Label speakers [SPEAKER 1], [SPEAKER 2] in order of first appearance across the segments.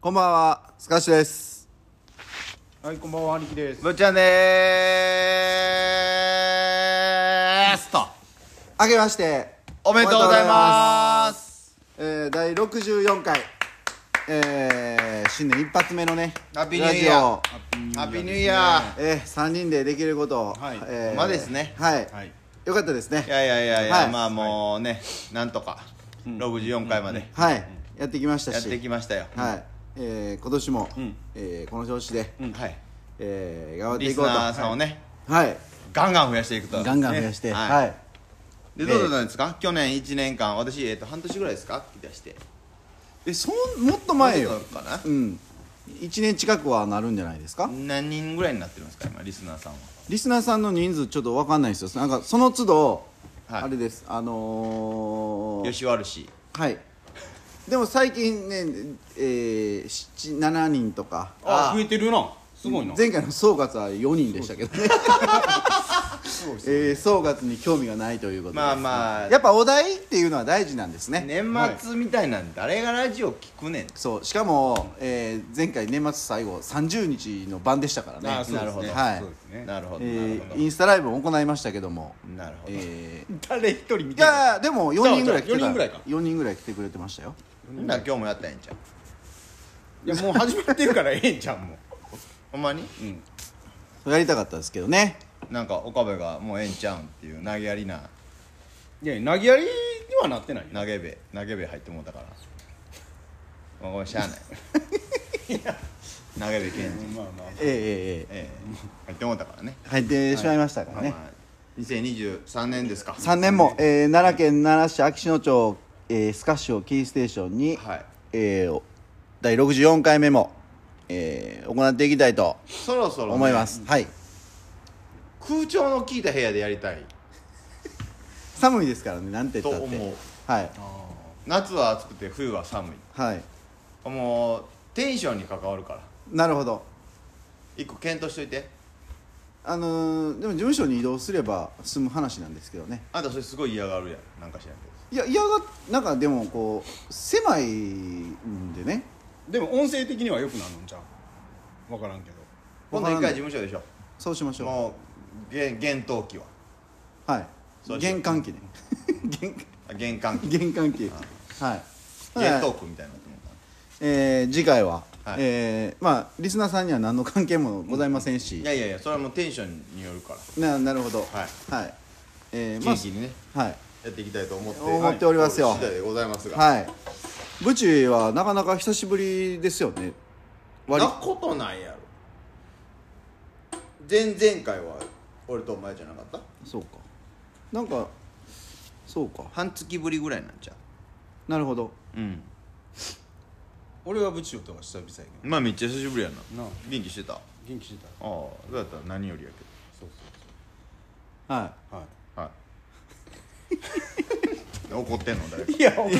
[SPEAKER 1] こんばんは、スカッシュです。
[SPEAKER 2] はい、こんばんは、兄貴です。
[SPEAKER 3] ぶっちゃんでーすと
[SPEAKER 1] あけまして、
[SPEAKER 3] おめでとうございます
[SPEAKER 1] おめでとうございます。えー、第64回、えー、新年一発目のね、
[SPEAKER 3] ハッピーニューイ
[SPEAKER 1] ラジ
[SPEAKER 3] ヤーハッピーニューイヤ
[SPEAKER 1] オえー、3人でできることを、
[SPEAKER 2] はい
[SPEAKER 1] え
[SPEAKER 3] まあですね
[SPEAKER 1] はい、
[SPEAKER 2] はい
[SPEAKER 1] よかったですね。
[SPEAKER 3] ーいやいやいやいや、
[SPEAKER 1] はい
[SPEAKER 3] まあもうねなんとか64回まで
[SPEAKER 1] はい、やってきました
[SPEAKER 3] やっ
[SPEAKER 1] し、
[SPEAKER 3] てきましたよ、
[SPEAKER 1] はい、えー、今年も、
[SPEAKER 2] ん
[SPEAKER 1] えー、この調子で、
[SPEAKER 3] はい
[SPEAKER 1] えー、頑張って
[SPEAKER 3] リ
[SPEAKER 1] い
[SPEAKER 3] ス
[SPEAKER 1] こうと。
[SPEAKER 3] ナーさんをね、
[SPEAKER 1] はい、
[SPEAKER 3] ガンガン増やしていくと
[SPEAKER 1] ガンガン増やして、
[SPEAKER 3] ね
[SPEAKER 1] は、
[SPEAKER 3] はいでどうだったんですか、去年1年間私、えっと半年ぐらいですか聞き出して
[SPEAKER 1] え、そん、もっと前よ
[SPEAKER 3] も。っとかな
[SPEAKER 1] うん、1年近くはなるんじゃないですか、
[SPEAKER 3] 何人ぐらいになってるんですか今リスナーさんは
[SPEAKER 1] リスナーさんの人数ちょっと分かんないですよなんかその都度、
[SPEAKER 3] はい
[SPEAKER 1] あれですあのー、
[SPEAKER 3] 吉悪し
[SPEAKER 1] はいでも最近ね、えー、7 7人とか
[SPEAKER 2] あ
[SPEAKER 3] あ
[SPEAKER 2] 増えてるな。すごいな。
[SPEAKER 1] 前回の総括は4人でしたけどね えー総括に興味がないということです
[SPEAKER 3] まあまあ
[SPEAKER 1] やっぱお題っていうのは大事なんですね
[SPEAKER 3] 年末みたいなん誰がラジオ聞くねん
[SPEAKER 1] そうしかも、えー前回年末最後30日の晩でしたからね
[SPEAKER 2] あーそうです
[SPEAKER 1] な
[SPEAKER 2] ね
[SPEAKER 1] るほどはい
[SPEAKER 2] そうですね
[SPEAKER 3] なるほど、
[SPEAKER 1] えー
[SPEAKER 3] なるほ
[SPEAKER 1] インスタライブも行いましたけども、
[SPEAKER 3] どなるほど、
[SPEAKER 1] えー
[SPEAKER 2] 誰一人見
[SPEAKER 1] いやいやでも4人ぐらい来て
[SPEAKER 2] じゃあじゃあ四人ぐらい
[SPEAKER 1] た
[SPEAKER 2] か
[SPEAKER 1] 4人ぐらい来てくれてましたよ
[SPEAKER 3] ほんなら今日もやったらええんちゃう
[SPEAKER 2] いや、もう始まってるからええんちゃ んも
[SPEAKER 3] ほんまに
[SPEAKER 2] う。うん。
[SPEAKER 1] やりたかったですけどね
[SPEAKER 3] なんか岡部がもうええんちゃうんっていう投げやりない
[SPEAKER 2] や、投げやりにはなってないよ。
[SPEAKER 3] 投げべ投げべ入ってもうたからまあごめんしゃあない 投げべけんじ
[SPEAKER 2] まあまあ。
[SPEAKER 1] えええええ
[SPEAKER 3] ええ入ってもうたからね
[SPEAKER 1] え入ってしまいましたからね、
[SPEAKER 3] まあまあ2023年ですか
[SPEAKER 1] 3年も、えー奈良県奈良市秋篠町、えースカッシュをキーステーションに、
[SPEAKER 3] はい
[SPEAKER 1] えーお第64回目も、えー行っていきたいと
[SPEAKER 3] そろそろね、
[SPEAKER 1] 思います、はい
[SPEAKER 3] 空調の効いた部屋でやりたい
[SPEAKER 1] 寒いですからねなんて言ったって
[SPEAKER 3] と思う
[SPEAKER 1] はい
[SPEAKER 3] 夏は暑くて冬は寒
[SPEAKER 1] はい
[SPEAKER 3] いもうテンションに関わるから
[SPEAKER 1] なるほど
[SPEAKER 3] 一個検討しといて
[SPEAKER 1] あのーでも事務所に移動すれば済む話なんですけどね
[SPEAKER 3] あんたそれすごい嫌がるやんなんか知らんけど
[SPEAKER 1] いや嫌がなんかでもこう狭いんでね
[SPEAKER 2] でも音声的には良くなるんじゃん。わからんけど。
[SPEAKER 3] 今度一回事務所でしょ
[SPEAKER 1] そうしましょ
[SPEAKER 3] もうげ厳冬期は
[SPEAKER 1] うはい
[SPEAKER 3] そうしよう
[SPEAKER 1] 玄関機ね玄
[SPEAKER 3] あ玄関 期
[SPEAKER 1] 玄関機はい
[SPEAKER 3] 厳冬
[SPEAKER 1] はい
[SPEAKER 3] 期みたいになっても
[SPEAKER 1] えー次回は、
[SPEAKER 3] はい
[SPEAKER 1] えーまあリスナーさんには何の関係もございません
[SPEAKER 3] う
[SPEAKER 1] し、
[SPEAKER 3] ないやいやいやそれはもうテンションによるから
[SPEAKER 1] ななるほど、
[SPEAKER 3] はい
[SPEAKER 1] はいえーま
[SPEAKER 3] 元気にね
[SPEAKER 1] あはい
[SPEAKER 3] やっていきたいと思って
[SPEAKER 1] 思っておりますよ
[SPEAKER 3] はい次第でございますが
[SPEAKER 1] はいブチはなかなか久しぶりですよね割
[SPEAKER 3] なことないやろ前々回は俺とお前じゃなかった
[SPEAKER 1] そうかなんかそうか
[SPEAKER 3] 半月ぶりぐらいなんちゃ
[SPEAKER 1] なるほど
[SPEAKER 3] ううん
[SPEAKER 2] 俺はブチオとは久々やけど。
[SPEAKER 3] まあめっちゃ久しぶりやな
[SPEAKER 2] なあ
[SPEAKER 3] 元気してたあ
[SPEAKER 2] 元気してた。
[SPEAKER 3] あどうやったら何よりやけ
[SPEAKER 2] そうそ
[SPEAKER 1] はいう
[SPEAKER 2] そう。は
[SPEAKER 3] どはい 怒ってんの誰か
[SPEAKER 2] い。いや、お前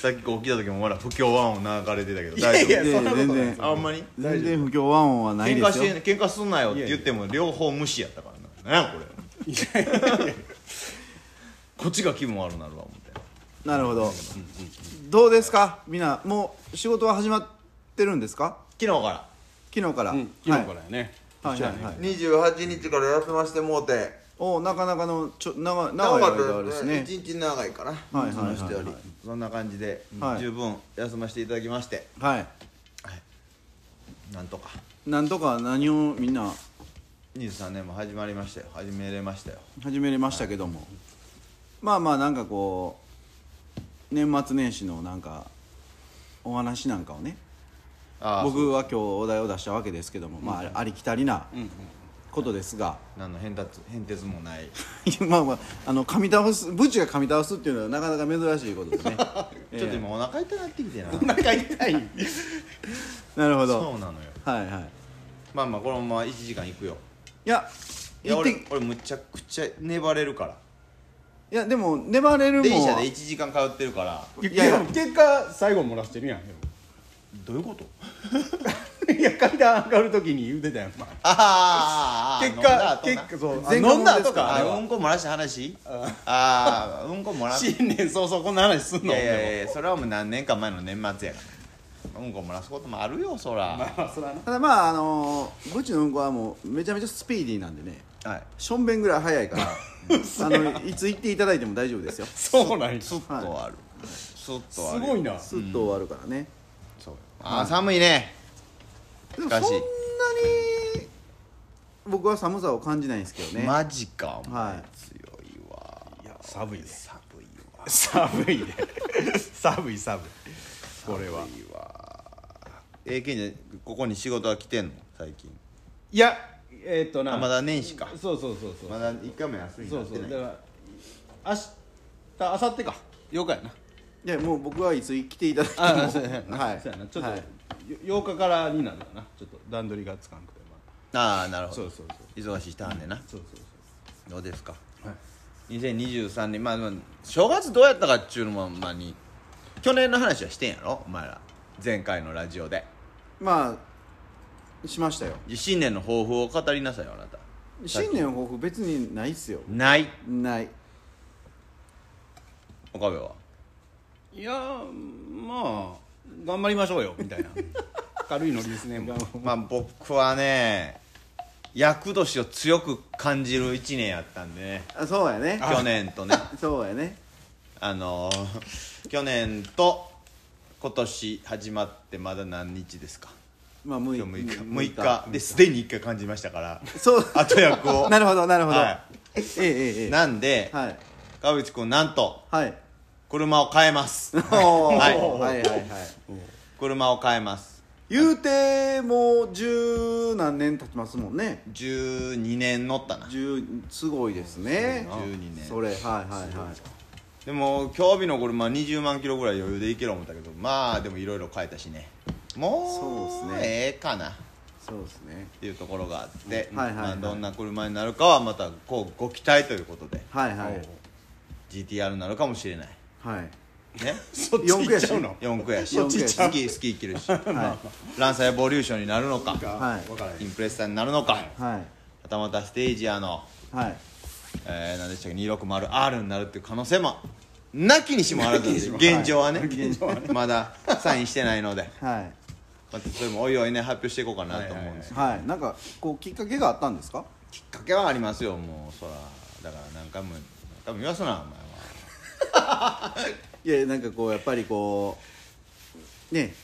[SPEAKER 3] さっきこう起きた時もまだ不協和音流れてたけど
[SPEAKER 2] いや
[SPEAKER 3] 大
[SPEAKER 2] い
[SPEAKER 3] 丈
[SPEAKER 2] や、
[SPEAKER 3] 夫
[SPEAKER 1] いや
[SPEAKER 2] そんなことない
[SPEAKER 1] 全然
[SPEAKER 3] あんまり
[SPEAKER 1] 全然不協和音はない
[SPEAKER 3] 喧
[SPEAKER 1] で
[SPEAKER 3] 嘩
[SPEAKER 1] す
[SPEAKER 3] し
[SPEAKER 1] よ
[SPEAKER 3] て喧嘩すんなよっ
[SPEAKER 2] いや
[SPEAKER 3] て
[SPEAKER 2] いや
[SPEAKER 3] 言っても両方無視やったからな何やこれこっちが気分悪なるわ思って
[SPEAKER 1] なるほどどうですかみんなもう仕事は始まってるんですか
[SPEAKER 3] 昨日から
[SPEAKER 1] 昨日から、
[SPEAKER 2] うん、昨日からやね。
[SPEAKER 1] はいはいはい、はい
[SPEAKER 3] 28日から休ませてもうて
[SPEAKER 1] おなかなかのちょ長い長い間ですね
[SPEAKER 3] 日長いから
[SPEAKER 1] はいはいはいはい
[SPEAKER 3] しておりそんな感じで
[SPEAKER 1] はい
[SPEAKER 3] 十分休ませていただきまして
[SPEAKER 1] はい
[SPEAKER 3] なんとか
[SPEAKER 1] なんとか何をみんな
[SPEAKER 3] 23年も始まりましたよ始めれましたよ
[SPEAKER 1] 始めれましたけども、まあまあなんかこう年末年始のなんかお話なんかをね
[SPEAKER 3] ああ
[SPEAKER 1] 僕は今日お題を出したわけですけども、まあありきたりな
[SPEAKER 2] うんうん。
[SPEAKER 1] ことですが、
[SPEAKER 3] 何の変達変哲もない
[SPEAKER 1] まあまああの噛み倒すブチが噛み倒すっていうのはなかなか珍しいことで ね
[SPEAKER 3] ちょっと今お腹痛なってきてな
[SPEAKER 2] お腹痛 い。
[SPEAKER 1] なるほ
[SPEAKER 3] そ
[SPEAKER 1] ど
[SPEAKER 3] うなのよ
[SPEAKER 1] はいはい
[SPEAKER 3] まあまあこのまま1時間いくよ
[SPEAKER 1] いや
[SPEAKER 3] いや
[SPEAKER 1] 行って
[SPEAKER 3] 俺俺むちゃくちゃ粘れるから
[SPEAKER 1] いやでも粘れるもん
[SPEAKER 3] 電車で1時間通ってるから
[SPEAKER 1] いやいや
[SPEAKER 2] でも結果、最後漏らしてるやん。でも
[SPEAKER 3] どういうこと
[SPEAKER 2] いや、階段上がるときに言うてたやん、お前。
[SPEAKER 3] ああ
[SPEAKER 2] 結
[SPEAKER 3] あ
[SPEAKER 2] 果
[SPEAKER 3] あ飲んだ後な
[SPEAKER 2] 結果そうあ
[SPEAKER 1] 前科
[SPEAKER 2] 飲んだ
[SPEAKER 1] 者です
[SPEAKER 2] 後
[SPEAKER 1] か
[SPEAKER 2] かあ
[SPEAKER 3] あ
[SPEAKER 2] れ
[SPEAKER 3] うん
[SPEAKER 2] は
[SPEAKER 3] こ漏らした話ああうんこ漏らし
[SPEAKER 2] 新年早々こんな話すん
[SPEAKER 3] い
[SPEAKER 2] の
[SPEAKER 3] やいやいやそれはもう何年か前の年末やからうんこ漏らすこともあるよそら、
[SPEAKER 2] まあそらな
[SPEAKER 1] ただまああのーブチのうんこはもうめちゃめちゃスピーディーなんでね
[SPEAKER 3] はい
[SPEAKER 1] しょんべんぐらい早い からあのいつ行っていただいても大丈夫ですよ
[SPEAKER 2] そうなんや
[SPEAKER 3] スッとある、スッとあ
[SPEAKER 2] す
[SPEAKER 3] る
[SPEAKER 2] ごいな
[SPEAKER 1] スッと終わるからね、
[SPEAKER 3] そうよあー寒いね
[SPEAKER 1] でもそ
[SPEAKER 3] か
[SPEAKER 1] ん
[SPEAKER 3] し
[SPEAKER 1] なに僕は寒さを感じないんですけどね
[SPEAKER 3] マジかお前、
[SPEAKER 1] はい
[SPEAKER 3] 強いわ
[SPEAKER 2] いや寒いで
[SPEAKER 3] 寒いわ
[SPEAKER 2] 寒 いで寒い寒いこれは
[SPEAKER 3] 寒いわええけんじゃここに仕事は来てんの最近
[SPEAKER 2] いやえーっとな
[SPEAKER 3] あまだ年始か
[SPEAKER 2] そうそうそうそう
[SPEAKER 3] まだ一回も休みに
[SPEAKER 2] そ
[SPEAKER 3] な
[SPEAKER 2] う
[SPEAKER 3] って
[SPEAKER 2] そう
[SPEAKER 3] な
[SPEAKER 2] だ
[SPEAKER 3] い
[SPEAKER 2] から明日明後日か8日やない
[SPEAKER 1] やもう僕はいつ来ていただいても
[SPEAKER 2] ああそうやな、
[SPEAKER 1] はい
[SPEAKER 2] そうやなちょっと、
[SPEAKER 1] はい
[SPEAKER 2] よ8日からになるかなちょっと段取りがつかんくて、ま
[SPEAKER 3] ああなる
[SPEAKER 2] あ、
[SPEAKER 3] ほ
[SPEAKER 2] そう
[SPEAKER 3] ど
[SPEAKER 2] そうそう
[SPEAKER 3] 忙しい人はんねんな
[SPEAKER 2] そうそう
[SPEAKER 3] どうですか
[SPEAKER 2] そうはい
[SPEAKER 3] 2023年まあまあ正月どうやったかっちゅうのもまあに去年の話はしてんやろお前ら前回のラジオで
[SPEAKER 1] まあしましたよ
[SPEAKER 3] 新年の抱負を語りなさいよあなた
[SPEAKER 1] 新年の抱負別にないっすよ
[SPEAKER 3] ない
[SPEAKER 1] ない
[SPEAKER 3] 岡部はい
[SPEAKER 2] やーまあ頑張りましょうよみたいな軽いノリですねもう
[SPEAKER 3] まあ僕はね厄年を強く感じる1年やったんでね
[SPEAKER 1] あそうやね
[SPEAKER 3] 去年とね
[SPEAKER 1] そうやね
[SPEAKER 3] あのー去年と今年始まってまだ何日ですか
[SPEAKER 1] まあ6日
[SPEAKER 3] 今日6日6日ですでに1回感じました から
[SPEAKER 1] そう
[SPEAKER 3] 後役を
[SPEAKER 1] なるほどなるほど、
[SPEAKER 3] は
[SPEAKER 1] えええええ
[SPEAKER 3] なんで、
[SPEAKER 1] はい
[SPEAKER 3] 川口君なんと
[SPEAKER 1] はい
[SPEAKER 3] 車を変えます
[SPEAKER 1] おー
[SPEAKER 3] は い
[SPEAKER 1] はいはいはい
[SPEAKER 3] 車を変えます
[SPEAKER 1] 言うてもう十何年経ちますもんね
[SPEAKER 3] 12年乗ったな
[SPEAKER 1] 十すごいですね
[SPEAKER 3] 12年
[SPEAKER 1] それはいはいはい
[SPEAKER 3] でも今日日の車20万キロぐらい余裕でいける思ったけどまあでもいろいろ変えたしねもう
[SPEAKER 1] そうっすね
[SPEAKER 3] ええかなっ
[SPEAKER 1] そうですね
[SPEAKER 3] ていうところがあって、
[SPEAKER 1] うんはいはいはい
[SPEAKER 3] まあ、どんな車になるかはまたこうご期待ということで
[SPEAKER 1] はいはい
[SPEAKER 2] お
[SPEAKER 3] GTR になるかもしれない
[SPEAKER 1] はい
[SPEAKER 3] ね
[SPEAKER 2] そっち行っちゃうの
[SPEAKER 3] 4区やし
[SPEAKER 1] 四駆やし
[SPEAKER 3] スキースキー行けるし、ランサーエボリューションになるのか
[SPEAKER 1] はい
[SPEAKER 2] 分からへん
[SPEAKER 3] インプレッサーになるのか、
[SPEAKER 1] はい
[SPEAKER 3] はたまたステージやの
[SPEAKER 1] はい
[SPEAKER 3] えー、何でしたっけ 260R になるっていう可能性もなきにしもあらずなんです
[SPEAKER 2] なきにしも
[SPEAKER 3] 現状はね
[SPEAKER 1] 現状
[SPEAKER 3] まだサインしてないので
[SPEAKER 1] はい
[SPEAKER 3] またそれもおいおいね発表していこうかなと思うんですけど
[SPEAKER 1] はい、なんかこうきっかけがあったんですか。
[SPEAKER 3] きっかけはありますよもうそらだから何回も多分言わすなお前はい
[SPEAKER 1] や、なんかこう、やっぱりこう。ね。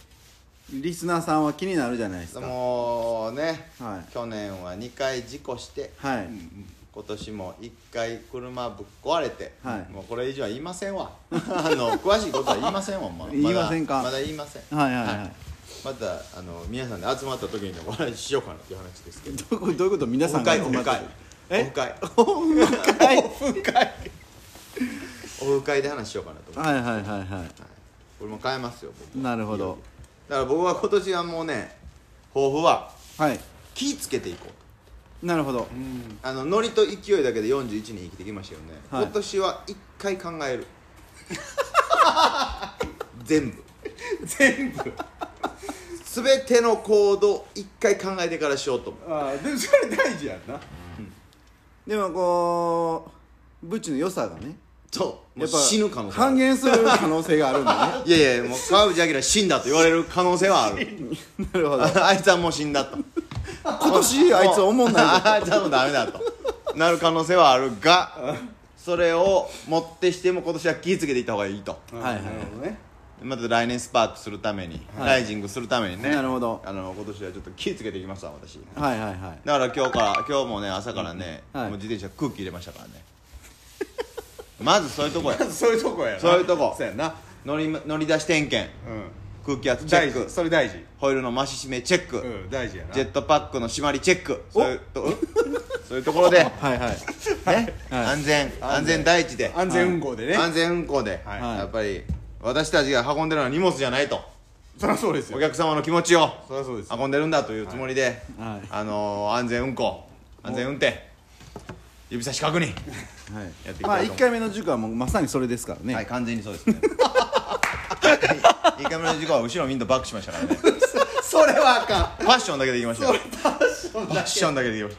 [SPEAKER 1] リスナーさんは気になるじゃないですか。は
[SPEAKER 3] もうね、
[SPEAKER 1] はい
[SPEAKER 3] 去年は2回事故して
[SPEAKER 1] い。
[SPEAKER 3] 今年も1回車ぶっ壊れて、
[SPEAKER 1] はい
[SPEAKER 3] もうこれ以上は言いませんわ あの詳しいことは言いませんわもう
[SPEAKER 1] 言いませんか
[SPEAKER 3] だまだ言いません
[SPEAKER 1] はいはいはい。
[SPEAKER 3] またあの皆さんで集まった時にでもお話ししようかなっていう話ですけど
[SPEAKER 1] どういうことどういうこと、皆さんが
[SPEAKER 3] オフ会 オフ会オフ会
[SPEAKER 1] オフ会。
[SPEAKER 3] オフ 会オフ会で話しようかなと思って、
[SPEAKER 1] はいはいはいは
[SPEAKER 3] はい、これも変えますよ僕
[SPEAKER 1] い。なるほど。
[SPEAKER 3] だから僕は今年はもうね抱負は
[SPEAKER 1] はい。
[SPEAKER 3] 気ぃつけていこう
[SPEAKER 1] なるほど。
[SPEAKER 3] あのノリと勢いだけで41年生きてきましたよね、
[SPEAKER 1] はい
[SPEAKER 3] 今年は一回考える 全部
[SPEAKER 2] 全部
[SPEAKER 3] 全ての行動一回考えてからしようと思う
[SPEAKER 2] ああでもそれ大事やんな
[SPEAKER 1] でも、こう。ブチの良さがね。
[SPEAKER 3] そうも
[SPEAKER 1] や
[SPEAKER 3] う
[SPEAKER 1] っぱ
[SPEAKER 3] 死ぬ可能性あ
[SPEAKER 1] 半
[SPEAKER 3] る
[SPEAKER 1] 減する可能性があるんだね。
[SPEAKER 3] いやいやもう川口明死んだと言われる可能性 はある
[SPEAKER 1] なるほど。
[SPEAKER 3] ああいつはもう死んだと
[SPEAKER 1] 今年あいつは思んないぞ
[SPEAKER 3] ああいつはもうダメだとなる可能性はあるがそれをもってしても今年は気ぃつけていった方がいいと
[SPEAKER 1] はいはい
[SPEAKER 2] なるほどね
[SPEAKER 3] また来年スパークするために、ライジングするためにね
[SPEAKER 1] なるほど
[SPEAKER 3] あの今年はちょっと気ぃつけていきました私だ
[SPEAKER 1] はいはいはい。
[SPEAKER 3] から今日から今日もね朝からね、
[SPEAKER 1] うんはい
[SPEAKER 3] もう自転車空気入れましたからねまずそういうとこや
[SPEAKER 2] そういうとこやな
[SPEAKER 3] そういうとこ
[SPEAKER 2] そうやな
[SPEAKER 3] 乗り乗り出し点検
[SPEAKER 2] うん
[SPEAKER 3] 空気圧チェ
[SPEAKER 2] 大
[SPEAKER 3] ック
[SPEAKER 2] 事それ大事
[SPEAKER 3] ホイールの増し締めチェック、
[SPEAKER 2] うん大事やな
[SPEAKER 3] ジェットパックの締まりチェックそういうと そういうところで、ね
[SPEAKER 1] はいはい。
[SPEAKER 3] 安全安全第一で
[SPEAKER 2] 安全運行でね
[SPEAKER 3] 安全運行で、
[SPEAKER 2] はい
[SPEAKER 3] やっぱり私たちが運んでるのは荷物じゃないと
[SPEAKER 2] そりゃそうですよ
[SPEAKER 3] お客様の気持ちを
[SPEAKER 2] そりゃそうですよ
[SPEAKER 3] 運んでるんだというつもりで、
[SPEAKER 1] はい
[SPEAKER 3] あのー安全運行安全運転指差し確認、
[SPEAKER 1] はい
[SPEAKER 3] やっていきたいと思います
[SPEAKER 1] まあ1回目の塾はもうまさにそれですからね、
[SPEAKER 3] はい完全にそうです ね一回目の事故は後ろみんなバックしましたからね
[SPEAKER 2] それはあか
[SPEAKER 3] ファッションだけでいきましたよファッションだけでいきました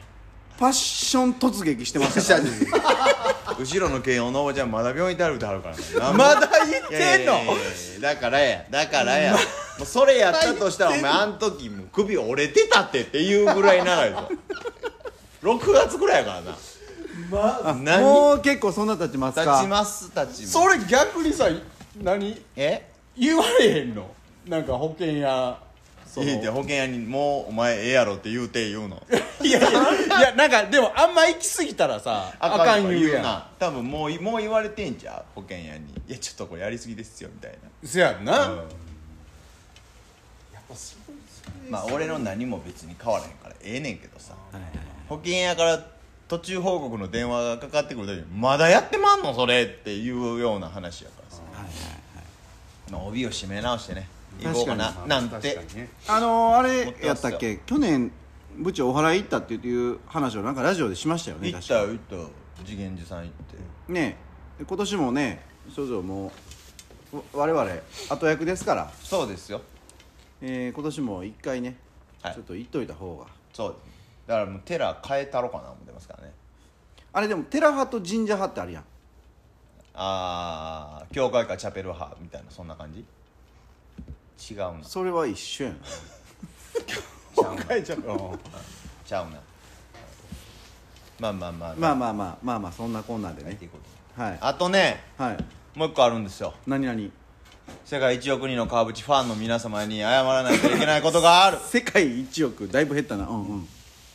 [SPEAKER 1] パッション突撃してましたから、ね、
[SPEAKER 3] 後ろの慶応のおばちゃんまだ病院で歩いてはるからね
[SPEAKER 2] んまだ言っ
[SPEAKER 3] いやいや
[SPEAKER 2] てん
[SPEAKER 3] いや
[SPEAKER 2] の
[SPEAKER 3] いやいやだからやだからやもうそれやったとしたらお前あん時もう首折れてたってっていうぐらい長いぞ6月ぐらいやからな
[SPEAKER 1] あ
[SPEAKER 3] 何
[SPEAKER 1] もう結構そんな経ちますか
[SPEAKER 3] 立ちます立ち
[SPEAKER 2] そ
[SPEAKER 3] ます
[SPEAKER 2] れ逆にさ何
[SPEAKER 3] え
[SPEAKER 2] 言われへんのなんか保険やその
[SPEAKER 3] いいって保険屋に「もうお前ええやろ」って言うて言うの
[SPEAKER 2] いやいやいやなんかでもあんま行き過ぎたらさあかん言うやん
[SPEAKER 3] な多分もうもう言われてんじゃう保険屋に「いやちょっとこれやりすぎですよ」みたい
[SPEAKER 2] せやんな、
[SPEAKER 3] な、まあ俺の何も別に変わらへんからええねんけどさ
[SPEAKER 1] はいはい
[SPEAKER 3] 保険屋から途中報告の電話がかかってくる時に「まだやってまんのそれ」っていうような話やからさ、
[SPEAKER 1] はいはい
[SPEAKER 3] まあ、帯を締め直してね行
[SPEAKER 1] 確
[SPEAKER 3] こう
[SPEAKER 1] か
[SPEAKER 3] か
[SPEAKER 1] に
[SPEAKER 3] ななんて
[SPEAKER 1] あのー、あれ
[SPEAKER 3] 持って
[SPEAKER 1] や
[SPEAKER 3] ま
[SPEAKER 1] っ
[SPEAKER 3] す
[SPEAKER 1] た
[SPEAKER 3] よ
[SPEAKER 1] っけ去年部長お祓い行ったっていう話をなんかラジオでしましたよね
[SPEAKER 3] 行っ
[SPEAKER 1] 確
[SPEAKER 3] た
[SPEAKER 1] か
[SPEAKER 3] よ行ったよ次元寺さん行って
[SPEAKER 1] ねえ今年もねそれぞれもうわ我々後役ですから、
[SPEAKER 3] そうですよ
[SPEAKER 1] えー今年も一回ね、
[SPEAKER 3] はい
[SPEAKER 1] ちょっと行っといた方が
[SPEAKER 3] そうだからもうテラ変えたろかな思ってますからね
[SPEAKER 1] あれでも寺派と神社派ってあるやん
[SPEAKER 3] ああ教会かチャペル派みたいなそんな感じ違うな
[SPEAKER 1] それは一緒やん
[SPEAKER 2] 北海道うん
[SPEAKER 3] ちゃうなまあまあまあ
[SPEAKER 1] まあまあまあまあまあそんなこんなんで
[SPEAKER 3] やっ
[SPEAKER 1] ね
[SPEAKER 3] ていこうと
[SPEAKER 1] はい
[SPEAKER 3] あとね
[SPEAKER 1] はい
[SPEAKER 3] もう一個あるんですよ
[SPEAKER 1] 何々
[SPEAKER 3] 世界1億人の川淵ファンの皆様に謝らないといけないことがある
[SPEAKER 1] 世界一億だいぶ減ったなうんうん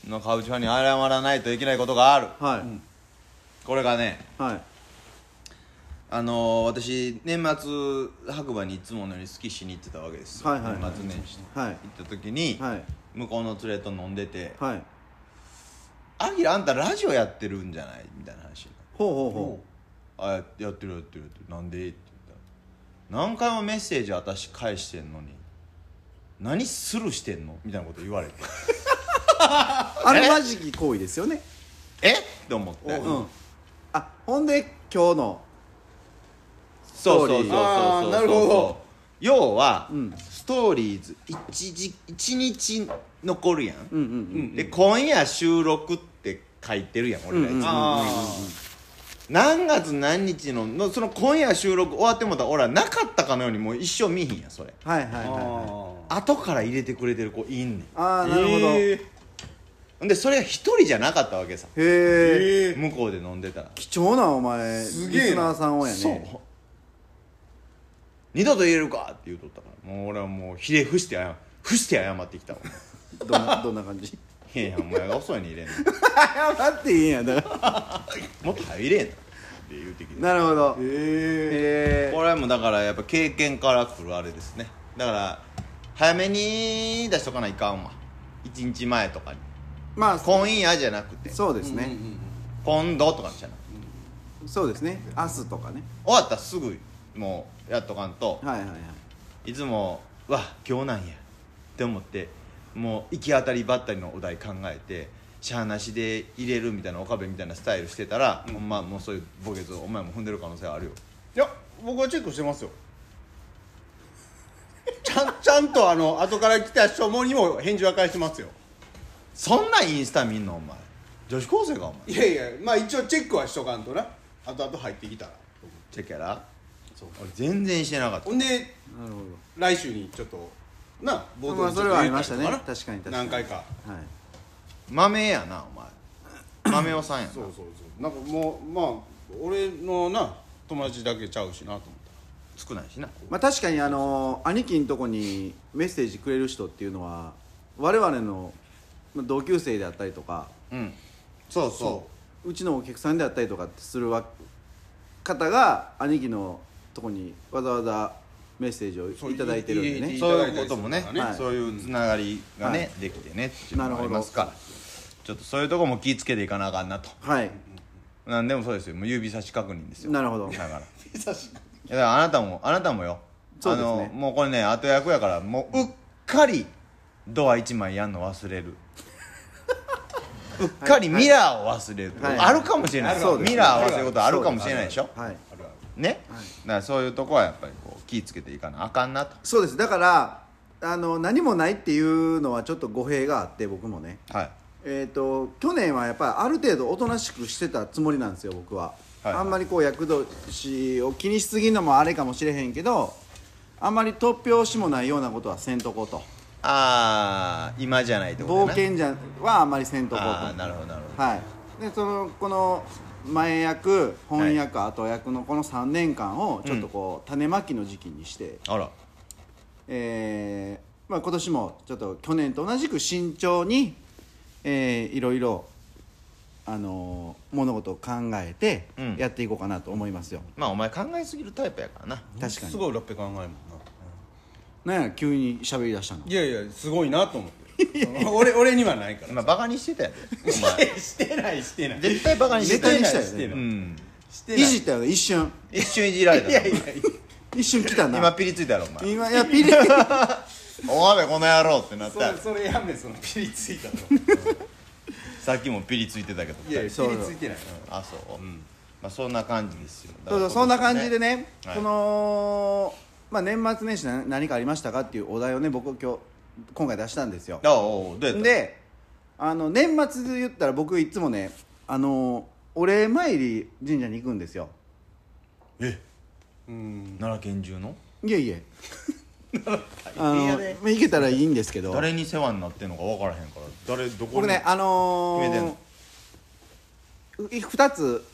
[SPEAKER 3] の川淵ファンに謝らないといけないことがある
[SPEAKER 1] はい、
[SPEAKER 3] これがね
[SPEAKER 1] はい
[SPEAKER 3] あのー私年末白馬にいつものようにスキッシュに行ってたわけですよ、
[SPEAKER 1] はいはいはい
[SPEAKER 3] 年末年始に
[SPEAKER 1] はい
[SPEAKER 3] 行った時に、
[SPEAKER 1] はい
[SPEAKER 3] 向こうの連れと飲んでて
[SPEAKER 1] はい
[SPEAKER 3] 「アキラあんたラジオやってるんじゃない?」みたいな話
[SPEAKER 1] ほうほうほ
[SPEAKER 3] 「あややってるやってるやってるなんで?」って言ったら「何回もメッセージ私返してんのに何スルーしてんの?」みたいなこと言われて
[SPEAKER 1] うあるまじき行為ですよね
[SPEAKER 3] 「えっ?」て思って、
[SPEAKER 1] うんあほんで今日の
[SPEAKER 3] そうそうそうそうそう
[SPEAKER 2] あーなるほど
[SPEAKER 3] 要は、
[SPEAKER 1] ん
[SPEAKER 3] ストーリーズ一時一日残るやん、
[SPEAKER 1] うんうん
[SPEAKER 3] で今夜収録って書いてるやん俺らいつも、
[SPEAKER 2] あ
[SPEAKER 3] 何月何日ののその今夜収録終わってもうたら俺はなかったかのようにもう一生見ひんやんそれ
[SPEAKER 1] うんはいはいはい
[SPEAKER 2] ー
[SPEAKER 1] はい
[SPEAKER 3] 後から入れてくれてる子いんね
[SPEAKER 1] あ
[SPEAKER 2] あ
[SPEAKER 1] あなるほど、
[SPEAKER 2] え
[SPEAKER 1] へ
[SPEAKER 2] ー
[SPEAKER 3] んでそれが一人じゃなかったわけさ
[SPEAKER 1] え
[SPEAKER 2] えー
[SPEAKER 3] 向こうで飲んでたら
[SPEAKER 1] 貴重なお前
[SPEAKER 2] すげえな
[SPEAKER 1] リスナーさんをやね
[SPEAKER 3] そう二度と入れるかって言うとったからもう俺はもうひれ伏して謝伏して謝ってきたわ
[SPEAKER 1] どんなどんな感じ
[SPEAKER 3] いやいやお前が遅いに入れんの
[SPEAKER 1] 謝っていいんやだか
[SPEAKER 3] もっと入れんのって言うて きて
[SPEAKER 1] らなるほど
[SPEAKER 2] え
[SPEAKER 1] え
[SPEAKER 3] これはもうだからやっぱ経験から来るあれですねだから早めに出しとかないかんわ1日前とかに
[SPEAKER 1] まあそ
[SPEAKER 3] 今夜じゃなく
[SPEAKER 1] う
[SPEAKER 3] て
[SPEAKER 1] です
[SPEAKER 2] ー
[SPEAKER 1] ね、
[SPEAKER 3] 今度とかじゃなくて
[SPEAKER 1] そうですね明日とかね
[SPEAKER 3] 終わったらすぐもうやっとかんと
[SPEAKER 1] はいはいはい
[SPEAKER 3] いつも「うわ今日なんや」って思ってもう行き当たりばったりのお題考えてしゃあなしで入れるみたいな岡部みたいなスタイルしてたら、ほんまもうそういうボケツお前も踏んでる可能性あるよ
[SPEAKER 2] いや僕はチェックしてますよちゃんちゃんとあの後から来た人もにも返事は返してますよ
[SPEAKER 3] そんなインスタ見んのお前女子高生かお前
[SPEAKER 2] いやいやまあ一応チェックはしとかんとな後々入ってきたら
[SPEAKER 3] チェキャラ
[SPEAKER 2] そう
[SPEAKER 3] 俺全然してなかった
[SPEAKER 2] ほんで
[SPEAKER 1] なるほ
[SPEAKER 2] 来週にちょっとな冒
[SPEAKER 1] まあ
[SPEAKER 2] に
[SPEAKER 1] それはありましたね
[SPEAKER 2] ちょっと
[SPEAKER 1] 確かに確かに
[SPEAKER 2] 何回か
[SPEAKER 1] どはい
[SPEAKER 3] 豆やなお前豆尾さんや
[SPEAKER 2] そう
[SPEAKER 3] な
[SPEAKER 2] そうそうなんかもうまあ俺のな友達だけちゃうしなと思っ
[SPEAKER 3] 少ないしな
[SPEAKER 1] まあ、確かにあの兄貴のとこにメッセージくれる人っていうのは我々のまあ同級生であったりとか
[SPEAKER 3] うんそうそう
[SPEAKER 1] ちのお客さんであったりとかってするわ方が兄貴のとこにわざわざメッセージを
[SPEAKER 2] そう
[SPEAKER 1] いただいてるんで
[SPEAKER 3] う
[SPEAKER 1] ね
[SPEAKER 2] い
[SPEAKER 3] そういうこともね
[SPEAKER 2] いただいたりするからね
[SPEAKER 1] はい
[SPEAKER 3] そういうつながりがね、
[SPEAKER 1] はい
[SPEAKER 3] できてねっていうのもありますからちょっとそういうとこも気ぃつけていかなあかんなと
[SPEAKER 1] はい
[SPEAKER 3] なんでもそうですよもう指差し確認ですよ
[SPEAKER 1] なるほど
[SPEAKER 3] だからい
[SPEAKER 2] た
[SPEAKER 3] やだからあなたもあなたもよ
[SPEAKER 1] そうですね
[SPEAKER 3] あのもうこれね後役やからもううっかりドア一枚やんの忘れ るうっかりミラーを忘れる、
[SPEAKER 1] はい
[SPEAKER 3] あるかもしれない、
[SPEAKER 1] そうですね
[SPEAKER 3] ミラーを忘れることあるかもしれないでしょ
[SPEAKER 1] はい
[SPEAKER 3] ね、だからそういうとこはやっぱりこう気ぃつけていかなあかんなと
[SPEAKER 1] そうですだからあの何もないっていうのはちょっと語弊があって僕もね
[SPEAKER 3] はい
[SPEAKER 1] えー、と去年はやっぱりある程度おとなしくしてたつもりなんですよ僕は、
[SPEAKER 3] はい
[SPEAKER 1] あんまりこう厄年を気にしすぎるのもあれかもしれへんけどあんまり突拍子もないようなことはせんとこうと
[SPEAKER 3] ああ今じゃないってこと
[SPEAKER 1] 冒
[SPEAKER 3] やな
[SPEAKER 1] 険じゃはあんまりせんとこうと
[SPEAKER 3] ああなるほどなるほど
[SPEAKER 1] はい、でそのこの前役翻訳、後役のこの3年間をちょっとこう、種まきの時期にして、
[SPEAKER 3] あら
[SPEAKER 1] えーまあ、今年もちょっと去年と同じく慎重に、えーいろいろ、あのー物事を考えて
[SPEAKER 3] うん
[SPEAKER 1] やっていこうかなと思いますよ、
[SPEAKER 3] まあお前考えすぎるタイプやからな
[SPEAKER 1] 確か
[SPEAKER 2] す
[SPEAKER 1] に
[SPEAKER 2] ごいラッペ考えもんな
[SPEAKER 1] ね急に喋り出したの
[SPEAKER 2] いやいやす ごいなと思って俺俺にはないから
[SPEAKER 3] 今バカにしてたやでお 前
[SPEAKER 2] してないしてない
[SPEAKER 3] 絶対バカにして
[SPEAKER 1] 絶
[SPEAKER 3] た
[SPEAKER 1] 対
[SPEAKER 3] や
[SPEAKER 1] に
[SPEAKER 3] ん
[SPEAKER 1] した
[SPEAKER 2] して
[SPEAKER 1] よ
[SPEAKER 2] な
[SPEAKER 1] ね
[SPEAKER 3] う
[SPEAKER 2] い
[SPEAKER 3] ん
[SPEAKER 2] して
[SPEAKER 1] い
[SPEAKER 2] ない
[SPEAKER 1] じったよね一瞬
[SPEAKER 3] 一瞬いじられたない
[SPEAKER 2] やいやいや
[SPEAKER 1] 一瞬来たな
[SPEAKER 3] 今ピリついたやろお前
[SPEAKER 1] 今いやピリ
[SPEAKER 3] お前この野郎ってなっ
[SPEAKER 2] そ
[SPEAKER 3] たや
[SPEAKER 2] れ
[SPEAKER 3] ろ
[SPEAKER 2] それやめそのピリついたの
[SPEAKER 3] さっきもピリついてたけど
[SPEAKER 2] いやいやピリつ
[SPEAKER 1] そう
[SPEAKER 2] いてない
[SPEAKER 3] あそう、まあそんな感じですよ
[SPEAKER 1] そうそうそんな感じで
[SPEAKER 3] ね
[SPEAKER 1] ね、
[SPEAKER 3] はい
[SPEAKER 1] そのまあ年末年始な何かありましたかっていうお題をね僕今日今回出したんですよ
[SPEAKER 3] あおうどうやった
[SPEAKER 1] であの年末で言ったら僕いつもねあのお礼参り神社に行くんですよ
[SPEAKER 3] え
[SPEAKER 2] うん
[SPEAKER 3] 奈良県中の
[SPEAKER 1] いえいえあのまあ行けたらいいんですけど
[SPEAKER 3] 誰に世話になってんのか分からへんから誰どこ
[SPEAKER 1] 僕
[SPEAKER 3] に
[SPEAKER 1] ねあの
[SPEAKER 3] 決めてんの
[SPEAKER 1] 2つ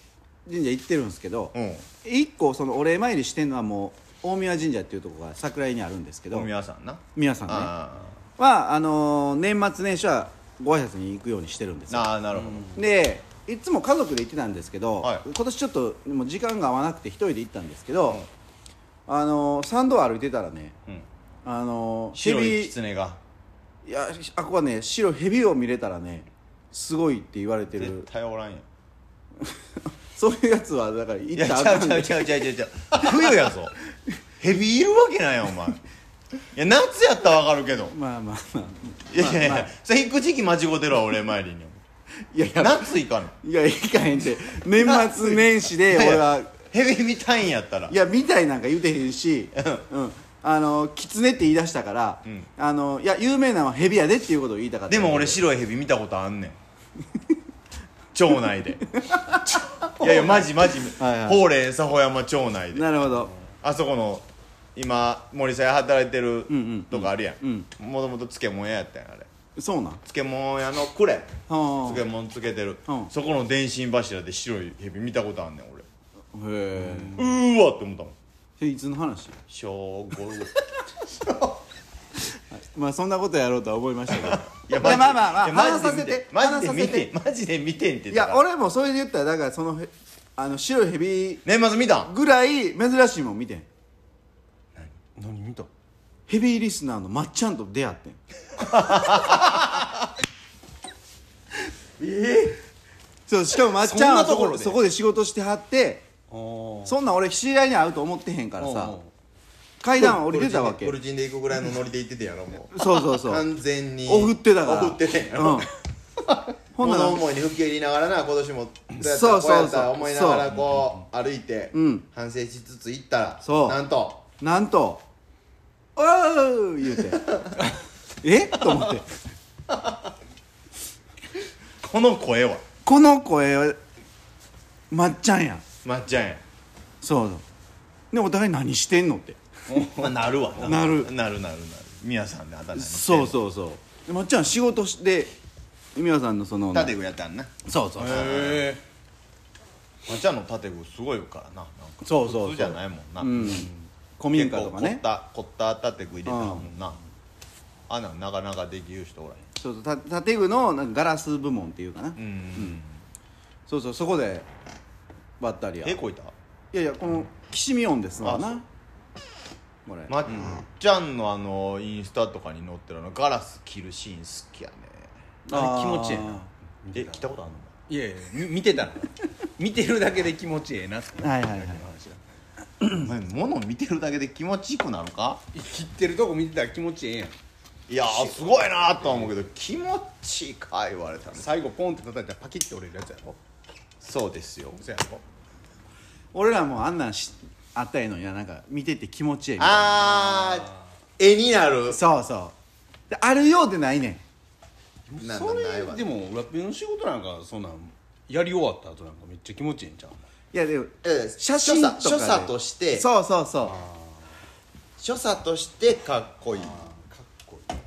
[SPEAKER 1] 神社行ってるんですけど
[SPEAKER 3] うん
[SPEAKER 1] 1個そのお礼参りしてるのはもう大宮神社っていうところが桜井にあるんですけど
[SPEAKER 3] 小宮さんな
[SPEAKER 1] 宮さんね
[SPEAKER 3] あ
[SPEAKER 1] はあの年末年始はご挨拶に行くようにしてるんです
[SPEAKER 3] ー
[SPEAKER 1] よ
[SPEAKER 3] あーなるほど、
[SPEAKER 1] でいつも家族で行ってたんですけど、
[SPEAKER 3] はい
[SPEAKER 1] 今年ちょっともう時間が合わなくて一人で行ったんですけど、あの参道を歩いてたらね
[SPEAKER 3] うん
[SPEAKER 1] あの
[SPEAKER 3] 白い
[SPEAKER 1] 蛇
[SPEAKER 3] 狐が
[SPEAKER 1] いやあここはね白蛇を見れたらねすごいって言われて
[SPEAKER 3] 絶
[SPEAKER 1] る
[SPEAKER 3] 対おらんやん
[SPEAKER 1] そういうやつはだから行
[SPEAKER 3] い
[SPEAKER 1] っ
[SPEAKER 3] や
[SPEAKER 1] たら
[SPEAKER 3] ち
[SPEAKER 1] あ
[SPEAKER 3] ゃう
[SPEAKER 1] かん
[SPEAKER 3] ちゃうちゃうちゃうちゃうちゃう冬やぞヘビいるわけないやんお前いや夏やったら分かるけど
[SPEAKER 1] まあまあまあ
[SPEAKER 3] いやいやい
[SPEAKER 1] まあ
[SPEAKER 3] やそれ引く時期間違うてるわ俺参りに
[SPEAKER 1] いやいや
[SPEAKER 3] 夏いかんの
[SPEAKER 1] いや行かへんって年末年始で俺は
[SPEAKER 3] ヘビ見たいんやったら
[SPEAKER 1] いやみたいなんか言うてへんし、うん、あの狐って言い出したから、
[SPEAKER 3] ん
[SPEAKER 1] あのいや有名なのは蛇やでっていうことを言いたかった
[SPEAKER 3] でも俺白いヘビ見たことあんねん町 内でいやいやマジマジ
[SPEAKER 1] はいはい
[SPEAKER 3] ほうれん佐保山町内で
[SPEAKER 1] なるほど
[SPEAKER 3] あそこの今森さん働いてる
[SPEAKER 1] んうん
[SPEAKER 3] とかあるや
[SPEAKER 1] うん
[SPEAKER 3] んもともと漬物屋やったんやあれ
[SPEAKER 1] そうなん
[SPEAKER 3] 漬物屋のクレ
[SPEAKER 1] あ
[SPEAKER 3] 漬物漬けてる
[SPEAKER 1] うん
[SPEAKER 3] そこの電信柱で白いヘビ見たことあんねん俺
[SPEAKER 1] あへ
[SPEAKER 3] うーわって思ったもん
[SPEAKER 1] えいつの話
[SPEAKER 3] 小5
[SPEAKER 1] まあそんなことやろうとは思いましたけど
[SPEAKER 3] いやマジで
[SPEAKER 1] まあまあまあ
[SPEAKER 3] いやマ
[SPEAKER 1] 話さ
[SPEAKER 3] ジで
[SPEAKER 1] せて
[SPEAKER 3] 見てマジで
[SPEAKER 1] 話
[SPEAKER 3] 見
[SPEAKER 1] させ
[SPEAKER 3] てマジで見てんって
[SPEAKER 1] い
[SPEAKER 3] 言った
[SPEAKER 1] や
[SPEAKER 3] から
[SPEAKER 1] 俺もそれで言ったらだからそのへあの白い蛇
[SPEAKER 3] 年末見たん
[SPEAKER 1] ぐらい珍しいもん見てん
[SPEAKER 2] 何見た
[SPEAKER 1] ヘビーリスナーのまっちゃんと出会ってん
[SPEAKER 2] え
[SPEAKER 1] そうしかもまっちゃんは
[SPEAKER 2] そ
[SPEAKER 1] そ
[SPEAKER 2] んなとこ
[SPEAKER 1] こ
[SPEAKER 2] ろで
[SPEAKER 1] そこで仕事してはって
[SPEAKER 2] あー
[SPEAKER 1] そんなん俺知り合いに会うと思ってへんから
[SPEAKER 2] おう
[SPEAKER 1] さ
[SPEAKER 2] おう
[SPEAKER 1] 階段降りてたわけ
[SPEAKER 4] ゴルジンで行くぐらいのノリで行っててやろもう
[SPEAKER 1] そうそうそう
[SPEAKER 4] 完全に
[SPEAKER 1] おふってたから
[SPEAKER 4] おふっててんや
[SPEAKER 1] う
[SPEAKER 4] ろ、
[SPEAKER 1] ん ほんなら
[SPEAKER 4] 物思いに吹き入りながらな今年もどうやった
[SPEAKER 1] そうそう
[SPEAKER 4] らこうや
[SPEAKER 1] そう
[SPEAKER 4] ったら思いながらこう歩いて、
[SPEAKER 1] うん
[SPEAKER 4] 反省しつつ行ったら
[SPEAKER 1] そう
[SPEAKER 4] なんと
[SPEAKER 1] なんと「おー!」言うて 「えと思って
[SPEAKER 3] この声は
[SPEAKER 1] この声はまっちゃんや
[SPEAKER 3] まっちゃんや
[SPEAKER 1] そうそうでお互い何してんのって
[SPEAKER 3] まあなるわ
[SPEAKER 1] なる
[SPEAKER 3] なるなるなるみやさんであたり
[SPEAKER 1] そうそうそうでまっちゃん仕事して美和さんのその
[SPEAKER 3] 縦具やったんな
[SPEAKER 1] そうそうそう
[SPEAKER 2] へえ
[SPEAKER 3] まっちゃんの縦具すごいからななんか
[SPEAKER 1] そうそうそう
[SPEAKER 3] 普通じゃないもんな、
[SPEAKER 1] うん古民
[SPEAKER 3] 結
[SPEAKER 1] 家と
[SPEAKER 3] 構
[SPEAKER 1] か
[SPEAKER 3] 凝っ
[SPEAKER 1] ね
[SPEAKER 3] た凝った縦具入れたもんなあんなんなかなかできる人おら
[SPEAKER 1] そうそうた建具のなんかガラス部門っていうかな、
[SPEAKER 3] へんうん
[SPEAKER 1] そうそうそこでばったりや
[SPEAKER 3] え
[SPEAKER 1] い
[SPEAKER 3] こいた
[SPEAKER 1] やいやこのきしみ音ですわ
[SPEAKER 3] あそ
[SPEAKER 1] なこれ
[SPEAKER 3] まっちゃんのあのインスタとかに載ってるあのガラス切るシーン好きやね
[SPEAKER 2] あれ気持ちええな
[SPEAKER 3] え来たことあんの
[SPEAKER 2] いやいやみ見てたら見てるだけで気持ちええなって
[SPEAKER 1] はいはいはい
[SPEAKER 3] お前物見てるだけで気持ちいいくなるか
[SPEAKER 2] 切ってるとこ見てたら気持ちええやん
[SPEAKER 3] いやーすごいなーとは思うけど気持ちいいか言われたら
[SPEAKER 2] 最後ポンって叩いたらパキッて折れるやつやろ
[SPEAKER 3] そうですよ
[SPEAKER 2] そやろ
[SPEAKER 1] 俺らもあんなんしあったらええのにななんか見てて気持ちええみたいな
[SPEAKER 3] あー絵になる
[SPEAKER 1] そうそうであるようでないねん
[SPEAKER 4] なんな
[SPEAKER 2] そ
[SPEAKER 4] んない
[SPEAKER 2] れ
[SPEAKER 4] わ
[SPEAKER 2] でもラッピンの仕事なんかそんなんやり終わった後なんかめっちゃ気持ちいいんちゃう
[SPEAKER 1] いやでも
[SPEAKER 4] ええ
[SPEAKER 1] 写真とかで
[SPEAKER 4] 所作所作として
[SPEAKER 1] そうそうそう
[SPEAKER 3] 所作としてかっこいい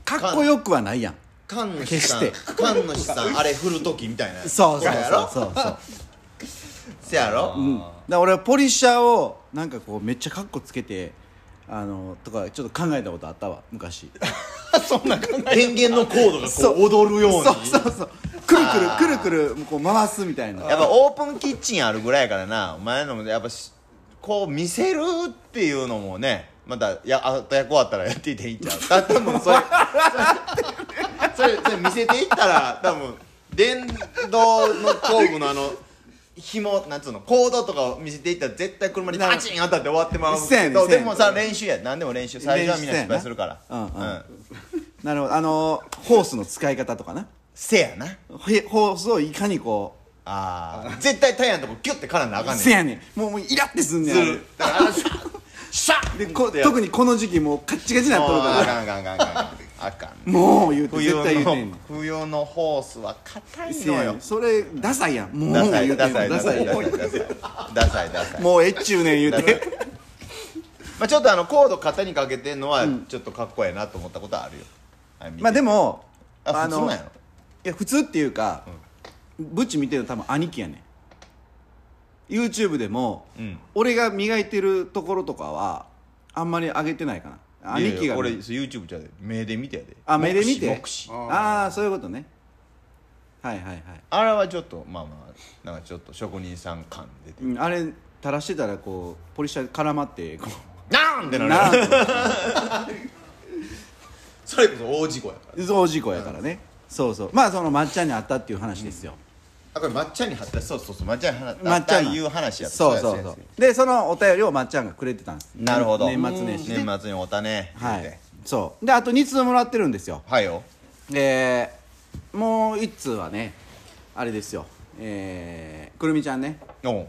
[SPEAKER 1] かっこよくはないやん
[SPEAKER 3] 神主さん
[SPEAKER 1] 決し
[SPEAKER 3] 神主さんあれ振る時みたいな
[SPEAKER 1] そうそう
[SPEAKER 3] やろ
[SPEAKER 1] そうそうそう
[SPEAKER 3] せやろ、
[SPEAKER 1] うん、 だから俺はポリシャーをなんかこうめっちゃカッコつけてあのとかちょっと考えたことあったわ昔
[SPEAKER 3] 電源のコードがこう踊るように
[SPEAKER 1] そうそうそうくるくるくるくるこう回すみたいな
[SPEAKER 3] やっぱオープンキッチンあるぐらいやからなお前のもやっぱしこう見せるっていうのもねまたやあと役終わったらやっていっていいんちゃうた 多分それそれそれそれ見せていったら多分電動の工具のあの紐なんつうのコードとかを見せていったら絶対車にパチン当たって終わってまう
[SPEAKER 1] せや
[SPEAKER 3] け
[SPEAKER 1] ねん
[SPEAKER 3] ど
[SPEAKER 1] せや
[SPEAKER 3] で
[SPEAKER 1] ねん
[SPEAKER 3] もさ練習や何でも練習最初はみんな失敗するから
[SPEAKER 1] うんうん
[SPEAKER 3] うん
[SPEAKER 1] なるほどあのホースの使い方とかな
[SPEAKER 3] せやな
[SPEAKER 1] へホースをいかにこ
[SPEAKER 3] あー絶対タイヤのとこキュッてからなあ
[SPEAKER 1] う
[SPEAKER 3] かんねん
[SPEAKER 1] せやねんもうもうイラってすんねんあれ
[SPEAKER 3] だから
[SPEAKER 1] でこ特にこの時期もうカッチカチになっとる
[SPEAKER 3] あ
[SPEAKER 1] か
[SPEAKER 3] かんあかんあかんあかんあか
[SPEAKER 1] ら
[SPEAKER 3] ん
[SPEAKER 1] もう言うて
[SPEAKER 3] 冬
[SPEAKER 1] 絶対言うてん
[SPEAKER 3] の
[SPEAKER 1] ね
[SPEAKER 3] 冬のホースは硬
[SPEAKER 1] ん
[SPEAKER 3] い
[SPEAKER 1] せ
[SPEAKER 3] の
[SPEAKER 1] やね
[SPEAKER 3] よ
[SPEAKER 1] んそれダサいやんもう
[SPEAKER 3] ダサ
[SPEAKER 1] 言
[SPEAKER 3] いう
[SPEAKER 1] て
[SPEAKER 3] ダ
[SPEAKER 1] ん
[SPEAKER 3] サ
[SPEAKER 1] の
[SPEAKER 3] いダ
[SPEAKER 1] ダ
[SPEAKER 3] サ
[SPEAKER 1] サ
[SPEAKER 3] い
[SPEAKER 1] い
[SPEAKER 3] ダサいダサいダサいダサい
[SPEAKER 1] もうえっちゅうねん言うて
[SPEAKER 3] まあちょっとあのコード肩にかけてんのはちょっとかっこええなと思ったことはあるよ
[SPEAKER 1] まあで
[SPEAKER 3] も
[SPEAKER 1] も
[SPEAKER 3] あ
[SPEAKER 1] の
[SPEAKER 3] 普通なんやろ
[SPEAKER 1] いや普通っていうか、ブッチ見てるの多分兄貴やねん YouTube でも、
[SPEAKER 3] うん
[SPEAKER 1] 俺が磨いてるところとかはあんまり上げてないかな兄貴が
[SPEAKER 3] 俺 YouTube ちゃうで目で見てやで
[SPEAKER 1] あ目で見
[SPEAKER 3] 目
[SPEAKER 1] て
[SPEAKER 3] 視目視
[SPEAKER 1] ああーそういうことねはいはいはい、
[SPEAKER 3] あれはちょっとまあまあなんかちょっと職人さん感出てる
[SPEAKER 1] うんあれ垂らしてたらこうポリシャー絡まってこ
[SPEAKER 3] なんで
[SPEAKER 1] うな
[SPEAKER 3] なる
[SPEAKER 1] ん
[SPEAKER 3] それこそ大事故やから
[SPEAKER 1] そう事故やからねそうそうまあその抹茶にあったっていう話ですよ、
[SPEAKER 3] あこれ抹茶に貼ったそうそうそう抹茶に貼った
[SPEAKER 1] まっちゃんが
[SPEAKER 3] いう話やった
[SPEAKER 1] そうそうそうでそのお便りをまっちゃんがくれてたんです
[SPEAKER 3] なるほど
[SPEAKER 1] 年末年始で
[SPEAKER 3] 年末におたね
[SPEAKER 1] はいそうであと2通もらってるんですよ
[SPEAKER 3] はいよ
[SPEAKER 1] えー、もう1通はねあれですよえー、くるみちゃんね
[SPEAKER 3] おう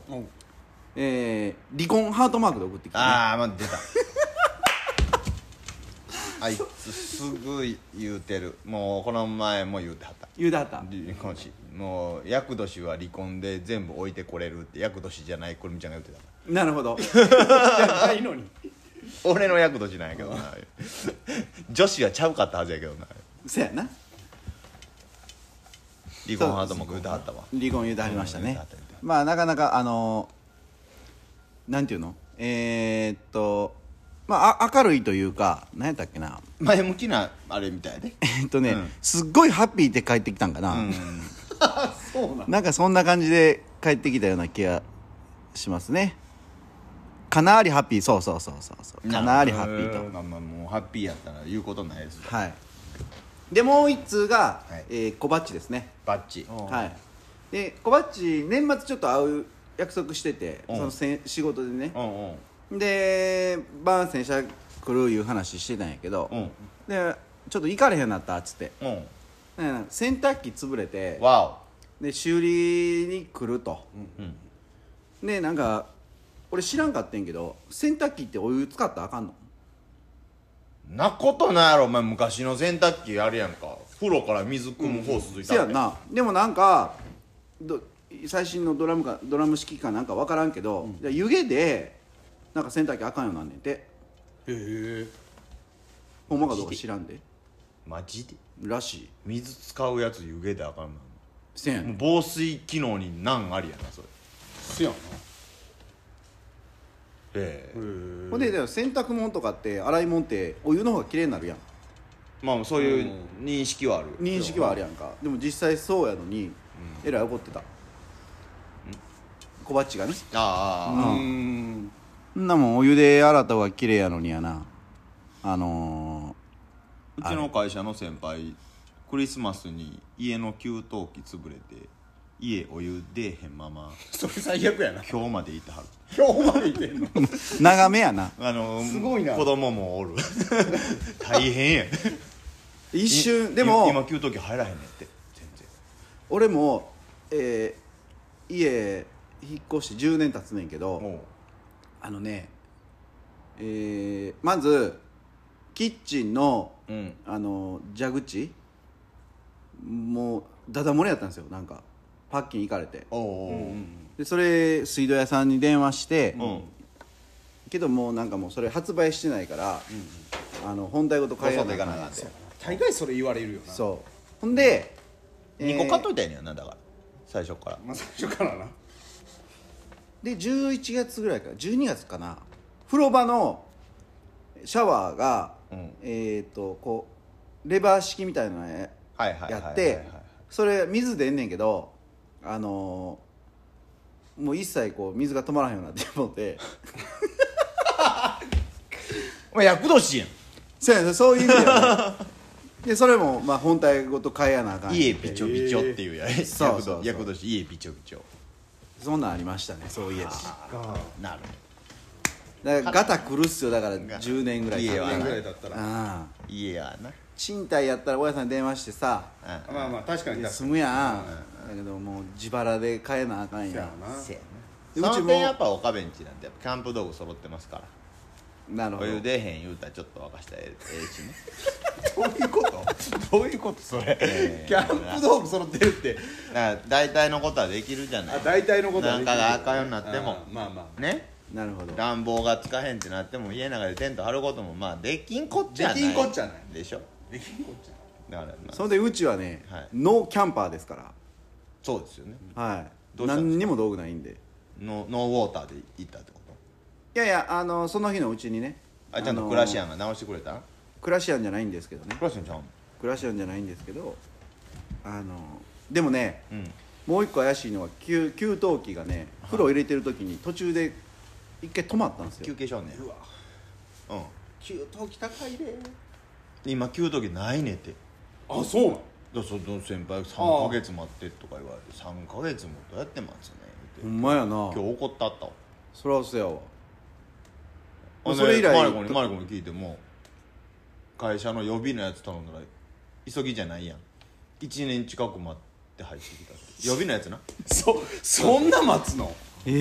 [SPEAKER 1] えー、離婚ハートマークで送ってきて、ね、
[SPEAKER 3] ああまあ出た あいつすぐ言うてるもうこの前も言うてはった
[SPEAKER 1] 言うだった
[SPEAKER 3] 離婚しもう厄年は離婚で全部置いてこれるって厄年じゃないくるみちゃんが言うてた
[SPEAKER 1] なるほ ど
[SPEAKER 2] ないのに
[SPEAKER 3] 俺の厄年なんやけ どな女子はちゃうかったはずやけどな
[SPEAKER 1] せやな
[SPEAKER 3] 離婚はとも言うてはったわ
[SPEAKER 1] 離婚言うてはりました
[SPEAKER 3] うん
[SPEAKER 1] ね
[SPEAKER 3] 言うてはった言うてはっ
[SPEAKER 1] まあなかなかあのー、なんていうのえー、っとまああ明るいというか何やったっけな
[SPEAKER 3] 前向きなあれみたいで
[SPEAKER 1] えっとね、
[SPEAKER 3] うん
[SPEAKER 1] すっごいハッピーって帰ってきたんかな、
[SPEAKER 2] そうなん
[SPEAKER 1] なんかそんな感じで帰ってきたような気がしますねかなりハッピーそうそうそうそうそうかなりハッピーと
[SPEAKER 3] まあまあもうハッピーやったら言うことないです
[SPEAKER 1] はいでもう一通が、
[SPEAKER 3] はい
[SPEAKER 1] えー、小バッチですね
[SPEAKER 3] バッチ
[SPEAKER 1] はいで小バッチ年末ちょっと会う約束してて
[SPEAKER 3] うん
[SPEAKER 1] そのせん仕事でね
[SPEAKER 3] うんうん
[SPEAKER 1] で番洗車来るいう話してたんやけど、
[SPEAKER 3] うん
[SPEAKER 1] でちょっと行かれへんようになったっつって
[SPEAKER 3] うん
[SPEAKER 1] うん洗濯機潰れて
[SPEAKER 3] わ
[SPEAKER 1] で修理に来ると、でなんか俺知らんかってんけど洗濯機ってお湯使ったらあかんの
[SPEAKER 3] おなことないやろお前昔の洗濯機あるやんか風呂から水汲むホースつい
[SPEAKER 1] せ
[SPEAKER 3] た
[SPEAKER 1] や
[SPEAKER 3] ん
[SPEAKER 1] ん
[SPEAKER 3] ね
[SPEAKER 1] なでもなんかど最新のドラムかドラム式かなんか分からんけど、いや湯気でなんか洗濯機あかんようになんねんて
[SPEAKER 2] へ
[SPEAKER 1] ほんまかどうか知らんで
[SPEAKER 3] マジで
[SPEAKER 1] らしい
[SPEAKER 3] 水使うやつ湯気であかんな
[SPEAKER 1] せやねん
[SPEAKER 3] もう防水機能に難ありやなそれ
[SPEAKER 2] えせやな
[SPEAKER 3] ええ
[SPEAKER 1] ほんでだから洗濯物とかって洗い物ってお湯の方が綺麗になるやん
[SPEAKER 3] まあそういう認識はあるよ
[SPEAKER 1] 認識はあるやんかでも実際そうやのに、えらい怒ってた小バッチがね
[SPEAKER 3] あ
[SPEAKER 2] う
[SPEAKER 1] うんんなもんお湯で洗った方が綺麗やのにやなあの
[SPEAKER 3] あ、うちの会社の先輩クリスマスに家の給湯器潰れて家お湯出えへんまま
[SPEAKER 2] それ最悪やな
[SPEAKER 3] 今日までいてはる
[SPEAKER 2] 今日までいてんの
[SPEAKER 1] ー長めやな
[SPEAKER 3] あの
[SPEAKER 2] すごいな
[SPEAKER 3] 子供もおる 大変や
[SPEAKER 1] 一瞬で
[SPEAKER 3] 今
[SPEAKER 1] も
[SPEAKER 3] 給湯器入らへんねんって全然
[SPEAKER 1] 俺も、えー家引っ越して10年経つねんけど
[SPEAKER 3] も
[SPEAKER 1] あのねえーまずキッチンの、
[SPEAKER 3] ううん
[SPEAKER 1] あの蛇口もうダダ漏れやったんですよなんかパッキン行かれて
[SPEAKER 3] おうおうおう
[SPEAKER 1] でそれ水道屋さんに電話して、
[SPEAKER 3] うん
[SPEAKER 1] けどもうなんかもうそれ発売してないから、あの本体ごと買え
[SPEAKER 3] 細でいかなあかんて
[SPEAKER 1] そう
[SPEAKER 2] 大概それ言われるよな、
[SPEAKER 1] そうほんで、えー
[SPEAKER 3] 2個買っといたんやなだから最初から
[SPEAKER 2] まあ、最初からな
[SPEAKER 1] で11月ぐらいから12月かな風呂場のシャワーが、
[SPEAKER 3] うん
[SPEAKER 1] えっ、とこうレバー式みたいなのや
[SPEAKER 3] はいはいはいはいはい
[SPEAKER 1] やってそれ水出んねんけどあのーもう一切こう水が止まらへんようになって思 って
[SPEAKER 3] お前厄年やん
[SPEAKER 1] そうやねそういう意味ではねでそれもまあ本体ごと買えやなあかん
[SPEAKER 3] 家びちょびちょっていうやつ
[SPEAKER 1] そうそうそう
[SPEAKER 3] 厄年家びちょびちょ
[SPEAKER 1] そんなんありましたねそういえば
[SPEAKER 3] なるほど
[SPEAKER 1] だからガタくるっすよだから10年ぐらい
[SPEAKER 3] 家は
[SPEAKER 2] 年
[SPEAKER 3] な
[SPEAKER 2] ぐらいだったら
[SPEAKER 1] ああ
[SPEAKER 3] 家やな
[SPEAKER 1] 賃貸やったら大家さんに電話してさ
[SPEAKER 3] うん
[SPEAKER 2] まあまあ確かに確か
[SPEAKER 1] 住むやんだけどもう自腹で買えなあかん
[SPEAKER 2] に
[SPEAKER 1] や
[SPEAKER 2] や
[SPEAKER 1] ん
[SPEAKER 2] な
[SPEAKER 3] せや
[SPEAKER 1] で
[SPEAKER 3] な
[SPEAKER 1] うち
[SPEAKER 3] その
[SPEAKER 1] も
[SPEAKER 3] 点やっぱ岡ベンチなんてやっぱキャンプ道具揃ってますから
[SPEAKER 1] なるほ
[SPEAKER 3] お
[SPEAKER 1] ど
[SPEAKER 3] 湯出へん言うたらちょっと沸かしたらええええしね
[SPEAKER 2] どういうこと
[SPEAKER 3] どういうことそれ
[SPEAKER 2] キャンプ道具揃ってるって
[SPEAKER 3] だから大体のことはできるじゃない
[SPEAKER 2] あ大体のことはできる
[SPEAKER 3] なんかがあかんようになっても
[SPEAKER 2] あーまあま
[SPEAKER 3] ね
[SPEAKER 1] なるほど
[SPEAKER 3] 暖房がつかへんってなっても家の中でテント張ることもまあできんこっちゃない
[SPEAKER 2] できんこっちゃない
[SPEAKER 3] でしょ
[SPEAKER 2] あできんこっちゃ
[SPEAKER 3] だから、まあ、
[SPEAKER 1] それでうちはね、
[SPEAKER 3] はい
[SPEAKER 1] ノーキャンパーですか
[SPEAKER 3] そうですよね
[SPEAKER 1] らはい
[SPEAKER 3] どうしたんですか
[SPEAKER 1] 何にも道具ないんで
[SPEAKER 3] ノノーウォーターで行ったってこと
[SPEAKER 1] いやいやあのその日のうちにね
[SPEAKER 3] あちゃんと
[SPEAKER 1] の
[SPEAKER 3] クラシアンが直してくれた
[SPEAKER 1] クラシアンじゃないんですけどね
[SPEAKER 3] クラシアンちゃん
[SPEAKER 1] クラシアンじゃないんですけどあのでもね
[SPEAKER 3] うん
[SPEAKER 1] もう一個怪しいのは給給湯器がね風呂入れてる時に途中で一回止まったんです
[SPEAKER 3] 休
[SPEAKER 1] よ
[SPEAKER 3] 憩少年
[SPEAKER 2] うわ
[SPEAKER 3] うん
[SPEAKER 2] 給湯器高いで
[SPEAKER 3] 今給湯器ないねって
[SPEAKER 2] あそうなん
[SPEAKER 3] だその先輩3ヶ月待ってとか言われて3ヶ月もどうやって待つね
[SPEAKER 1] ほ
[SPEAKER 3] 言って
[SPEAKER 1] んまやな
[SPEAKER 3] 今日怒ったったわ
[SPEAKER 1] そらそうやわもう
[SPEAKER 3] ほんで
[SPEAKER 1] それ以来
[SPEAKER 3] マリコにマリコに聞いても会社の予備のやつ頼んだら急ぎじゃないやん1年近く待って入ってきたって予備のやつな
[SPEAKER 2] そそんな待つの
[SPEAKER 1] へ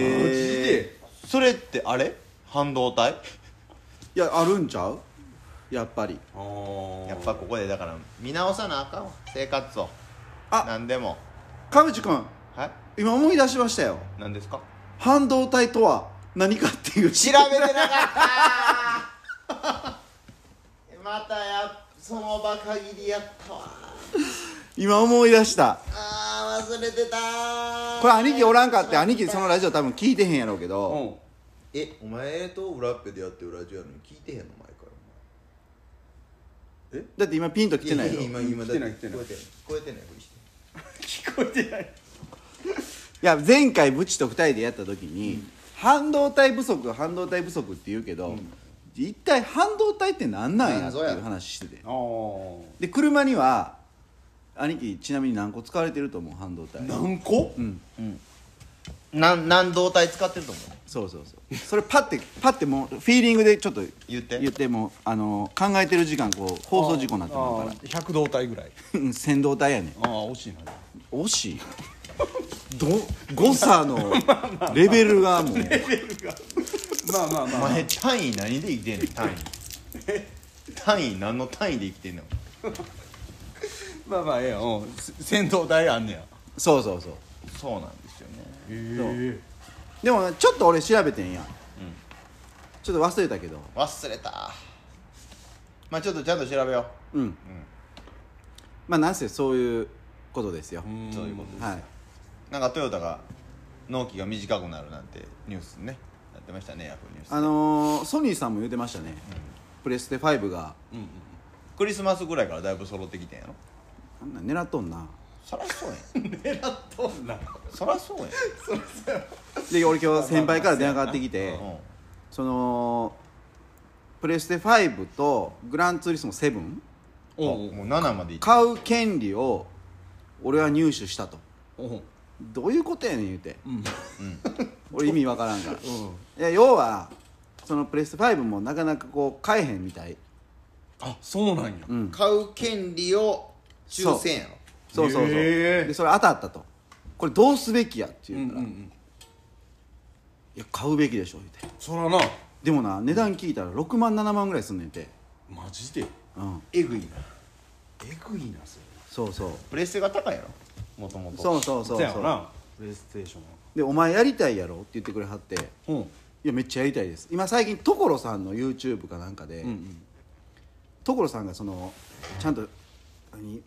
[SPEAKER 1] え
[SPEAKER 2] マジで
[SPEAKER 3] それってあれ半導体
[SPEAKER 1] いやあるんちゃうやっぱり
[SPEAKER 2] あー
[SPEAKER 3] やっぱここでだから見直さなあかんわ生活を
[SPEAKER 1] あ
[SPEAKER 3] 何でも
[SPEAKER 1] 川口君
[SPEAKER 3] は
[SPEAKER 1] 今思い出しましたよ
[SPEAKER 3] い何ですか
[SPEAKER 1] 半導体とは何かっていう
[SPEAKER 3] 調べてなかった またやその場限りやったわ
[SPEAKER 1] 今思い出した
[SPEAKER 3] あー忘れてたー
[SPEAKER 1] これ兄貴おらんかって兄貴そのラジオ多分聞いてへんやろうけど、
[SPEAKER 2] うん
[SPEAKER 5] えお前と裏っぺでやってるラジオやのに聞いてへんの前から
[SPEAKER 1] だって今ピンと
[SPEAKER 5] お
[SPEAKER 1] 来
[SPEAKER 5] 前
[SPEAKER 1] てないよ
[SPEAKER 5] や
[SPEAKER 1] い
[SPEAKER 5] 今今だって
[SPEAKER 2] 来てない
[SPEAKER 5] 聞こえてない聞こえてないふりして
[SPEAKER 2] 聞こえてない
[SPEAKER 1] や前回ブチと二人でやった時に、半導体不足半導体不足って言うけど、一体半導体って何なんやっていう話してて
[SPEAKER 2] ああ
[SPEAKER 1] で車には兄貴ちなみに何個使われてると思う半導体
[SPEAKER 2] 何個
[SPEAKER 1] うん
[SPEAKER 3] なん何導体使ってると思う
[SPEAKER 1] そうそうそうそれパッてパッてもうフィーリングでちょっと
[SPEAKER 3] 言って
[SPEAKER 1] 言ってもうあの考えてる時間こう放送事故になってもうから
[SPEAKER 2] ら100動体ぐらい
[SPEAKER 1] うん先導体やねん
[SPEAKER 2] ああ惜しいな
[SPEAKER 1] 惜しいど誤差のレベルがもう
[SPEAKER 2] まあまあ
[SPEAKER 3] お
[SPEAKER 2] まあ
[SPEAKER 3] 前単位何で生きてんの単位単位何の単位で生きてんの
[SPEAKER 2] まあまあええやうんせ戦闘台あんねや
[SPEAKER 1] そうそうそう
[SPEAKER 3] そうなんですよね
[SPEAKER 2] へ
[SPEAKER 1] でもちょっと俺調べてんや、ん、ちょっと忘れたけど
[SPEAKER 3] 忘れたまあちょっとちゃんと調べよ
[SPEAKER 1] うん、まあなんせそういうことですよ、
[SPEAKER 2] え
[SPEAKER 3] そういうことです
[SPEAKER 1] はい
[SPEAKER 3] なんかトヨタが納期が短くなるなんてニュースねやってましたねヤフーニュース
[SPEAKER 1] あのーソニーさんも言ってましたね、プレステ5が
[SPEAKER 2] うんうん
[SPEAKER 3] クリスマスぐらいからだいぶ揃ってきてんやろ
[SPEAKER 1] あんなん狙っとんな
[SPEAKER 3] そらそうやん
[SPEAKER 2] 狙っとんな
[SPEAKER 3] そらそうやん、
[SPEAKER 1] で俺今日先輩から電話かかってきて、
[SPEAKER 3] うん
[SPEAKER 1] そのプレステ5とグランツーリスモ7
[SPEAKER 2] お
[SPEAKER 3] あもう7までいった
[SPEAKER 1] 買う権利を俺は入手したと
[SPEAKER 2] おう
[SPEAKER 1] どういうことやねん言うて、
[SPEAKER 2] ん
[SPEAKER 1] 俺意味わからんから、いや要はそのプレステ5もなかなかこう買えへんみたい
[SPEAKER 2] あそうなんや
[SPEAKER 1] うん
[SPEAKER 5] 買う権利を抽選やろ
[SPEAKER 1] そうそうそう
[SPEAKER 2] へー
[SPEAKER 1] でそれ当たったとこれどうすべきやって言うから、
[SPEAKER 2] うんう
[SPEAKER 1] い
[SPEAKER 2] ん
[SPEAKER 1] や買うべきでしょ言うて
[SPEAKER 2] そらな
[SPEAKER 1] でもな値段聞いたら6万7万ぐらいすんねんて
[SPEAKER 2] マジで
[SPEAKER 1] うん
[SPEAKER 5] えぐいな
[SPEAKER 2] えぐいなそ
[SPEAKER 1] そうそう
[SPEAKER 3] プレステが高いやろもともと
[SPEAKER 1] そうそうそう
[SPEAKER 2] せや
[SPEAKER 1] そ
[SPEAKER 2] ろ
[SPEAKER 1] う
[SPEAKER 2] なプレイステーション
[SPEAKER 1] でお前やりたいやろって言ってくれはって
[SPEAKER 2] うん
[SPEAKER 1] いやめっちゃやりたいです今最近所さんの YouTube かなんかで、所さんがそのちゃんと何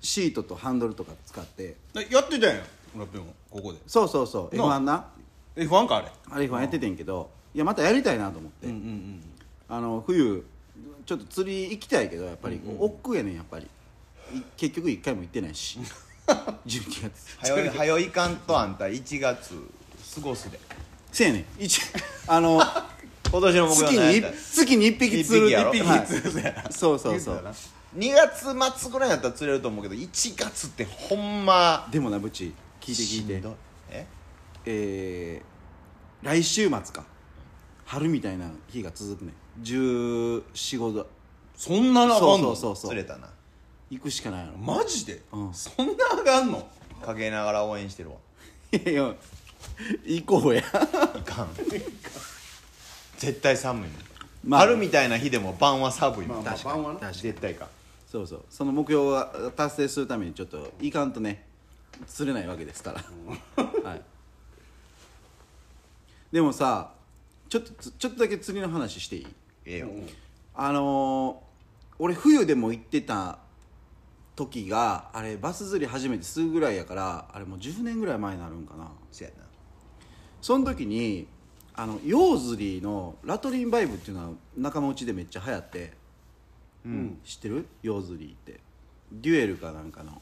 [SPEAKER 1] シートとハンドルとか使って
[SPEAKER 2] えやってたんやラッピーもここで
[SPEAKER 1] そうそうそう F1 な
[SPEAKER 2] F1 かあれ
[SPEAKER 1] あれ F1 やっててんけどいやまたやりたいなと思って、あの冬ちょっと釣り行きたいけどやっぱりこう、億劫やねんやっぱりい結局一回も行ってない し12月
[SPEAKER 3] 早い早いかんとあんた1月過ごすで
[SPEAKER 1] せやねん一あ の
[SPEAKER 3] 今年の目標
[SPEAKER 1] 月
[SPEAKER 3] 何
[SPEAKER 1] に
[SPEAKER 3] やっ
[SPEAKER 1] 一
[SPEAKER 3] たら
[SPEAKER 1] 月に一匹釣る
[SPEAKER 3] 一匹やろ
[SPEAKER 1] はい そうそうそう
[SPEAKER 3] 2月末ぐらいやったら釣れると思うけど1月ってほんま
[SPEAKER 1] でもなブチ聞いて聞いて
[SPEAKER 3] どえ
[SPEAKER 1] えー、来週末か春みたいな日が続くねん1415度
[SPEAKER 2] そんなのあかん
[SPEAKER 1] そう
[SPEAKER 2] の
[SPEAKER 1] そうそうそ
[SPEAKER 3] 釣
[SPEAKER 1] う
[SPEAKER 3] れたな
[SPEAKER 1] 行くしか ないの
[SPEAKER 2] マジで、
[SPEAKER 1] うん
[SPEAKER 2] そんなあかんの
[SPEAKER 3] 陰ながら応援してるわ
[SPEAKER 1] いやいや行こうや
[SPEAKER 3] いかん絶対寒いもん、
[SPEAKER 1] まあ
[SPEAKER 3] 春みたいな日でも晩は寒いもん、
[SPEAKER 1] 確かに
[SPEAKER 2] 晩はな
[SPEAKER 1] 確かに
[SPEAKER 3] 絶対か
[SPEAKER 1] そうそうその目標を達成するためにちょっといかんとね釣れないわけですから、はい、でもさちょっとつちょっとだけ釣りの話していい
[SPEAKER 3] ええよ、
[SPEAKER 1] あのー俺冬でも行ってた時があれバス釣り始めてすぐぐらいやからあれもう10年ぐらい前になるんかな
[SPEAKER 3] そやな
[SPEAKER 1] その時にあのヨーズリーのラトリンバイブっていうのは仲間内でめっちゃ流行って、知ってるヨーズリーってデュエルかなんかの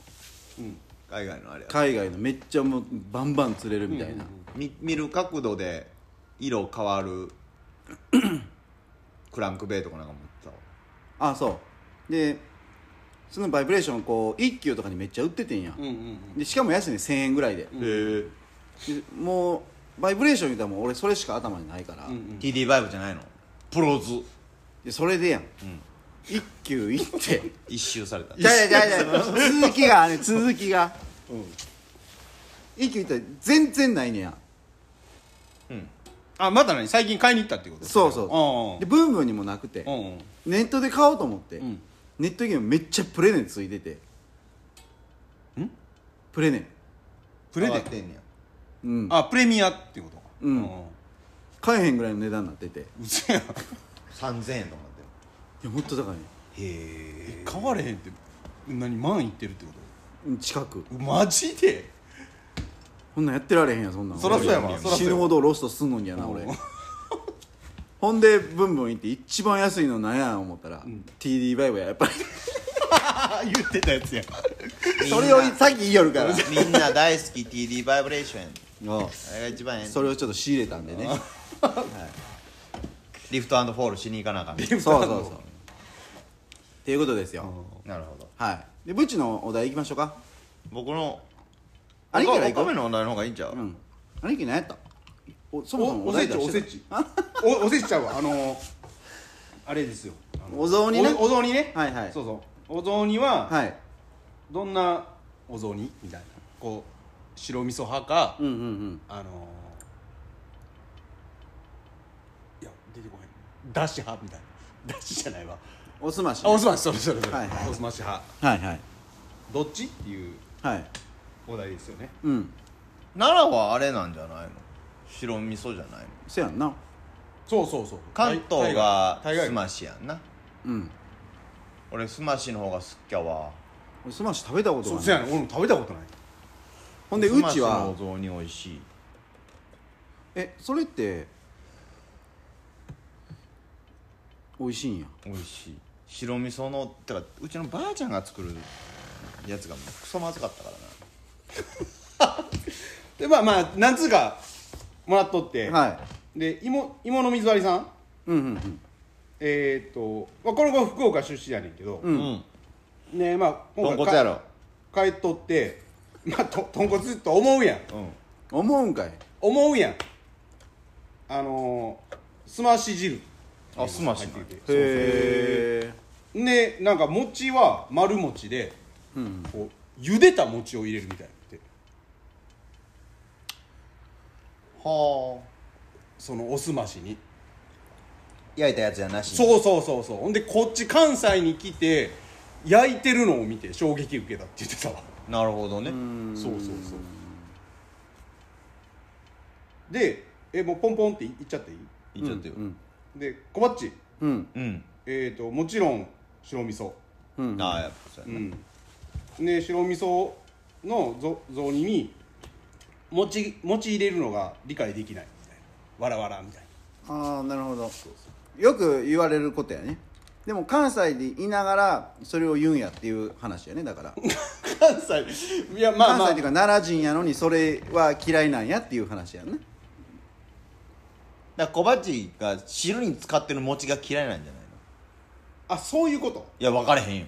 [SPEAKER 3] 海外のあれや
[SPEAKER 1] 海外のめっちゃもうバンバン釣れるみたいな、
[SPEAKER 3] み見る角度で色変わる クランクベイとかなんか持ってたわ
[SPEAKER 1] あそうでそのバイブレーションこう1級とかにめっちゃ売っててんや、
[SPEAKER 2] うんうんうん
[SPEAKER 1] でしかも安いね1000円ぐらいで,、
[SPEAKER 3] へえ
[SPEAKER 1] でもうバイブレーション言うたらもう俺それしか頭にないから、
[SPEAKER 3] TD バイブじゃないのプロズ
[SPEAKER 1] でそれでやん、一級行って
[SPEAKER 3] 一周され た
[SPEAKER 1] じゃあじゃあじゃあ 続きがね続きが一級行ったら全然ないねや
[SPEAKER 2] あまた何最近買いに行ったってこと
[SPEAKER 1] そうそう
[SPEAKER 2] うんうん
[SPEAKER 1] でブンブンにもなくて、
[SPEAKER 2] うんうん
[SPEAKER 1] ネットで買おうと思って、
[SPEAKER 2] ん
[SPEAKER 1] ネットゲームめっちゃプレネついててんプレネ
[SPEAKER 2] プレ
[SPEAKER 3] 上
[SPEAKER 2] デ
[SPEAKER 3] がってんねや
[SPEAKER 1] うん
[SPEAKER 2] あプレミアってこと
[SPEAKER 1] うん買えへんぐらいの値段になっててい
[SPEAKER 2] うんうそやん
[SPEAKER 3] 3000円とかなってる
[SPEAKER 1] やもっと高いね
[SPEAKER 3] へ
[SPEAKER 2] 買われへんって何万いってるってこ
[SPEAKER 1] うん近く
[SPEAKER 2] とマジで
[SPEAKER 1] こんなんやってられへんやんそんなん
[SPEAKER 2] そらそうやわ
[SPEAKER 1] 俺
[SPEAKER 2] そらそう
[SPEAKER 1] 死
[SPEAKER 2] や
[SPEAKER 1] ぬほどロストすんのにやな俺ほんでブンブン行って一番安いのなんや思ったら、TD バイブややっぱり
[SPEAKER 2] あ言ってたやつや
[SPEAKER 3] え
[SPEAKER 1] それをさっき言いよるから
[SPEAKER 3] みんな大好き TD バイブレーション
[SPEAKER 1] おう
[SPEAKER 3] あれが一番ええねん
[SPEAKER 1] それをちょっと仕入れたんでね
[SPEAKER 3] リフトフォールしに行かなあかんね
[SPEAKER 1] そうそうそうっていうことですよ、
[SPEAKER 3] なるほど
[SPEAKER 1] はいでブチのお題いきましょうか
[SPEAKER 3] 僕の
[SPEAKER 1] あれ
[SPEAKER 3] おか
[SPEAKER 1] から行こう
[SPEAKER 3] おかめのお題の方がいいんちゃう、
[SPEAKER 1] うん兄貴何やったおそもそも
[SPEAKER 2] おおせ
[SPEAKER 1] 題
[SPEAKER 2] ち
[SPEAKER 1] 出
[SPEAKER 2] お
[SPEAKER 1] して
[SPEAKER 2] せ
[SPEAKER 1] た
[SPEAKER 2] ちおおせちちゃうわあのあれですよあの
[SPEAKER 1] お雑煮ね
[SPEAKER 2] おお雑煮ね
[SPEAKER 1] はいはい
[SPEAKER 2] そうそうお雑煮は
[SPEAKER 1] はい
[SPEAKER 2] どんなお雑煮みたいなこう白味噌派か、
[SPEAKER 1] うんうんうん
[SPEAKER 2] あのー、いや出てこへんだし派みたいなだしじゃないわ
[SPEAKER 1] おすまし
[SPEAKER 2] あ
[SPEAKER 1] ね、
[SPEAKER 2] おすましそれそれそれ、
[SPEAKER 1] はいはい
[SPEAKER 2] おすまし派
[SPEAKER 1] はいはい
[SPEAKER 2] どっちっていう
[SPEAKER 1] はい
[SPEAKER 2] お題ですよね
[SPEAKER 1] うん
[SPEAKER 3] 奈良はあれなんじゃないの白味噌じゃないの
[SPEAKER 1] せやんな
[SPEAKER 2] そうそうそう
[SPEAKER 3] 関東が
[SPEAKER 2] 大概
[SPEAKER 3] すましやんな
[SPEAKER 1] うん
[SPEAKER 3] 俺すましの方が好きやわ
[SPEAKER 1] おすまし食べたこと
[SPEAKER 2] そう
[SPEAKER 1] が
[SPEAKER 2] せ
[SPEAKER 1] ない
[SPEAKER 2] やね俺も食べたことない
[SPEAKER 1] ほんでうち
[SPEAKER 3] すましの
[SPEAKER 1] は
[SPEAKER 3] お雑煮美味しい
[SPEAKER 1] えそれって美味しいんや
[SPEAKER 3] 美味しい白味噌のてかうちのばあちゃんが作るやつがもうクソまずかったからな
[SPEAKER 2] でまあまあ何つうかもらっとって、
[SPEAKER 1] はい
[SPEAKER 2] で芋芋の水割りさん
[SPEAKER 1] うんうんうん
[SPEAKER 2] えー、っと、まあ、この子福岡出身やねんけど、
[SPEAKER 1] うん
[SPEAKER 3] うん
[SPEAKER 2] ねまあ
[SPEAKER 3] 豚
[SPEAKER 2] 今回
[SPEAKER 3] 骨やろ
[SPEAKER 2] 帰っとってまあと豚骨と思うやん
[SPEAKER 3] うん
[SPEAKER 1] 思うんかい
[SPEAKER 2] 思うやんあのー、すまし汁
[SPEAKER 3] あすまし
[SPEAKER 2] 入
[SPEAKER 3] な
[SPEAKER 2] っ
[SPEAKER 3] い
[SPEAKER 2] てて
[SPEAKER 1] へ
[SPEAKER 2] でなんか餅は丸餅で、こう茹でた餅を入れるみたいって
[SPEAKER 3] はあ
[SPEAKER 2] そのおすましに
[SPEAKER 3] 焼いたやつやなしに
[SPEAKER 2] そうそうそうそうほんでこっち関西に来て焼いてるのを見て衝撃受けたって言ってたわ
[SPEAKER 3] なるほどね
[SPEAKER 2] そうそうそうでえもうポンポンっていっちゃっていい
[SPEAKER 5] いっちゃってよ、
[SPEAKER 1] うん
[SPEAKER 2] で小バッチ
[SPEAKER 1] うん
[SPEAKER 5] うん
[SPEAKER 2] えっ、ともちろん白味噌
[SPEAKER 1] うん
[SPEAKER 5] ああやっぱそう
[SPEAKER 2] う
[SPEAKER 5] や
[SPEAKER 2] んで白味噌のぞ雑煮に餅餅入れるのが理解できないみたいなわらわらみたい
[SPEAKER 1] ああなるほどよく言われることやねでも関西でいながらそれを言うんやっていう話やねだから
[SPEAKER 2] な関西いやま
[SPEAKER 1] 関
[SPEAKER 2] あま
[SPEAKER 1] 西っ
[SPEAKER 2] あ
[SPEAKER 1] ていうか奈良人やのにそれは嫌いなんやっていう話やね
[SPEAKER 5] だから小鉢が汁に使ってる餅が嫌いなんじゃないの
[SPEAKER 2] あそういうこと
[SPEAKER 5] いや分かれへんよ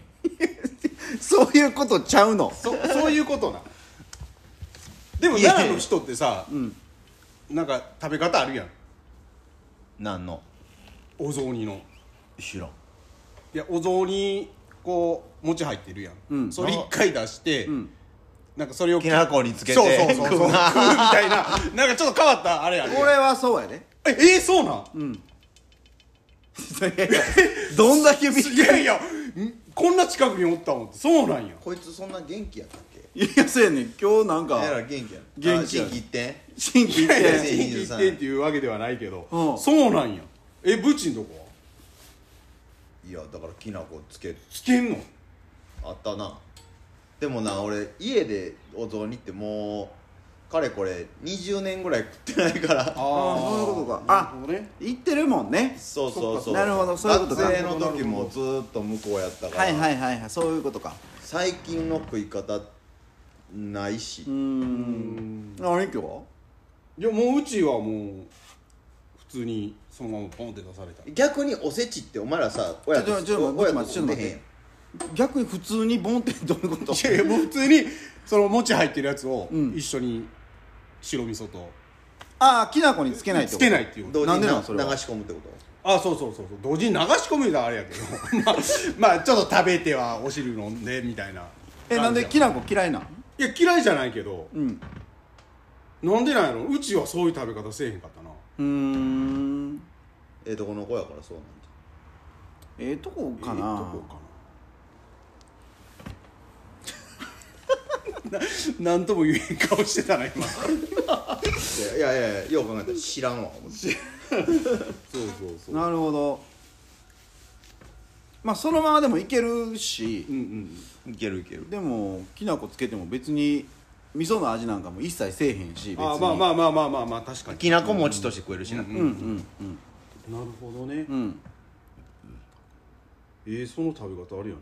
[SPEAKER 1] そういうことちゃうの
[SPEAKER 2] そそういうことなでも
[SPEAKER 5] いや
[SPEAKER 2] 奈良の人ってさ、
[SPEAKER 1] ん
[SPEAKER 2] なんか食べ方あるやん
[SPEAKER 5] なんの
[SPEAKER 2] お雑煮の
[SPEAKER 5] 知らん
[SPEAKER 2] いやお雑煮こう餅入ってるやん、
[SPEAKER 1] うん
[SPEAKER 2] それ一回出して、
[SPEAKER 1] ん
[SPEAKER 2] なんかそれを
[SPEAKER 5] きなこにつけて
[SPEAKER 2] そうそうそうそ
[SPEAKER 5] 食
[SPEAKER 2] う
[SPEAKER 5] う
[SPEAKER 2] 食うみ
[SPEAKER 5] な
[SPEAKER 2] たいななんかちょっと変わったあれやね
[SPEAKER 1] 俺はそうやで、
[SPEAKER 2] ええそうなん
[SPEAKER 1] うんどんだけびっく
[SPEAKER 2] いやいやんこんな近くにおったもんってそうなんや
[SPEAKER 3] こいつそんな元気やったっけ
[SPEAKER 1] りいやそうやねん今日なんか
[SPEAKER 3] やら元気や
[SPEAKER 1] 元気や
[SPEAKER 3] 新規一点
[SPEAKER 1] 新規一
[SPEAKER 2] いや
[SPEAKER 1] 点
[SPEAKER 2] 地域行ってっていうわけではないけど、
[SPEAKER 1] うん
[SPEAKER 2] そうなんやえブチんとこはい
[SPEAKER 3] やだからきなこつけ
[SPEAKER 2] つけんの
[SPEAKER 3] あったなでもな俺家でお雑煮ってもうかれこれ20年ぐらい食ってないから
[SPEAKER 1] あーそういうことか
[SPEAKER 2] なるほどね
[SPEAKER 1] 言ってるもんね
[SPEAKER 3] そうそうそう
[SPEAKER 1] なるほどそういうことか
[SPEAKER 3] 学生の時もずーっと向こうやったから、
[SPEAKER 1] はいはいはいはいそういうことか
[SPEAKER 3] 最近の食い方ないし、
[SPEAKER 1] うーん何今日はい
[SPEAKER 2] やもううちはもう普通にそのままポンって出された
[SPEAKER 3] 逆におせちってお前らさ親
[SPEAKER 1] ちょ
[SPEAKER 3] と
[SPEAKER 1] ちょ
[SPEAKER 3] 親
[SPEAKER 1] ちょちょ待って
[SPEAKER 3] へんやん
[SPEAKER 1] 逆に普通にボンってどういうこと
[SPEAKER 2] いやいやもう普通にその餅入ってるやつを
[SPEAKER 1] うん
[SPEAKER 2] 一緒に白味噌と
[SPEAKER 1] ああきなこにつけないって
[SPEAKER 2] つ
[SPEAKER 1] こと
[SPEAKER 2] けないっていうこと
[SPEAKER 3] 同時
[SPEAKER 1] なん
[SPEAKER 3] に
[SPEAKER 1] で
[SPEAKER 3] 流
[SPEAKER 1] なん
[SPEAKER 3] し
[SPEAKER 1] それは
[SPEAKER 3] 込むってこと
[SPEAKER 2] あそうそうそうそう同時に流し込むよりはあれやけど まあまあちょっと食べてはお汁飲んでみたいな
[SPEAKER 1] えなんで
[SPEAKER 2] 感
[SPEAKER 1] き
[SPEAKER 2] じや
[SPEAKER 1] なこ嫌いなん
[SPEAKER 2] いや嫌いじゃないけど
[SPEAKER 1] うん
[SPEAKER 2] なんでなんやろうちはそういう食べ方せえへんかったな
[SPEAKER 1] うーん
[SPEAKER 3] ええとこの子やからそうなんじ
[SPEAKER 1] ええとこか
[SPEAKER 2] え
[SPEAKER 1] な
[SPEAKER 2] えとこか なななんとも言えん顔してたな今
[SPEAKER 3] ゃんいやいやいやよう考えたら知らんわ思って
[SPEAKER 2] そうそうそう
[SPEAKER 1] なるほどまあそのままでもいけるし
[SPEAKER 2] うんうん
[SPEAKER 5] いけるいける
[SPEAKER 1] でもきなこつけても別に味噌の味なんかも一切せえへんし別に
[SPEAKER 2] あまあまあまあまあまあまあ確かに
[SPEAKER 5] きなこ餅として食えるしな、
[SPEAKER 1] うんうんうん
[SPEAKER 2] なるほどね、
[SPEAKER 1] うん
[SPEAKER 2] えー、その食べ方あるやな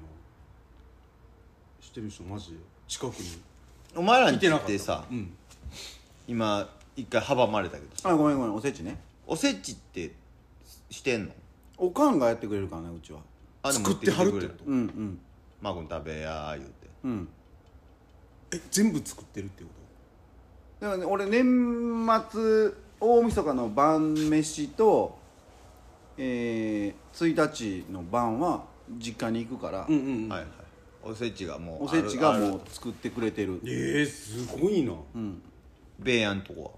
[SPEAKER 2] 知ってる人マジで近くに
[SPEAKER 5] お前ら
[SPEAKER 2] い
[SPEAKER 5] に
[SPEAKER 2] てな
[SPEAKER 5] 来
[SPEAKER 2] かった
[SPEAKER 5] てさ
[SPEAKER 2] うん
[SPEAKER 5] 今一回阻まれたけどさ
[SPEAKER 1] あごめんごめんおせちね
[SPEAKER 5] おせちってしてんの
[SPEAKER 1] おかんがやってくれるからねうちは
[SPEAKER 5] あでも
[SPEAKER 2] 作ってはる
[SPEAKER 5] 持
[SPEAKER 2] ってこ
[SPEAKER 5] きくれ
[SPEAKER 2] と
[SPEAKER 1] うんうん
[SPEAKER 5] マ君食べやー言うて
[SPEAKER 1] うん
[SPEAKER 2] え全部作ってるってこ
[SPEAKER 1] だからね俺年末大晦日の晩飯とえー、1日の晩は実家に行くから、
[SPEAKER 2] とうんうん、
[SPEAKER 5] はいはいおせちがもう
[SPEAKER 1] おせちが
[SPEAKER 5] あるあ
[SPEAKER 1] もう
[SPEAKER 5] る
[SPEAKER 1] 作ってくれてる
[SPEAKER 2] えー、すごいな、
[SPEAKER 1] うん
[SPEAKER 5] べーやんとこは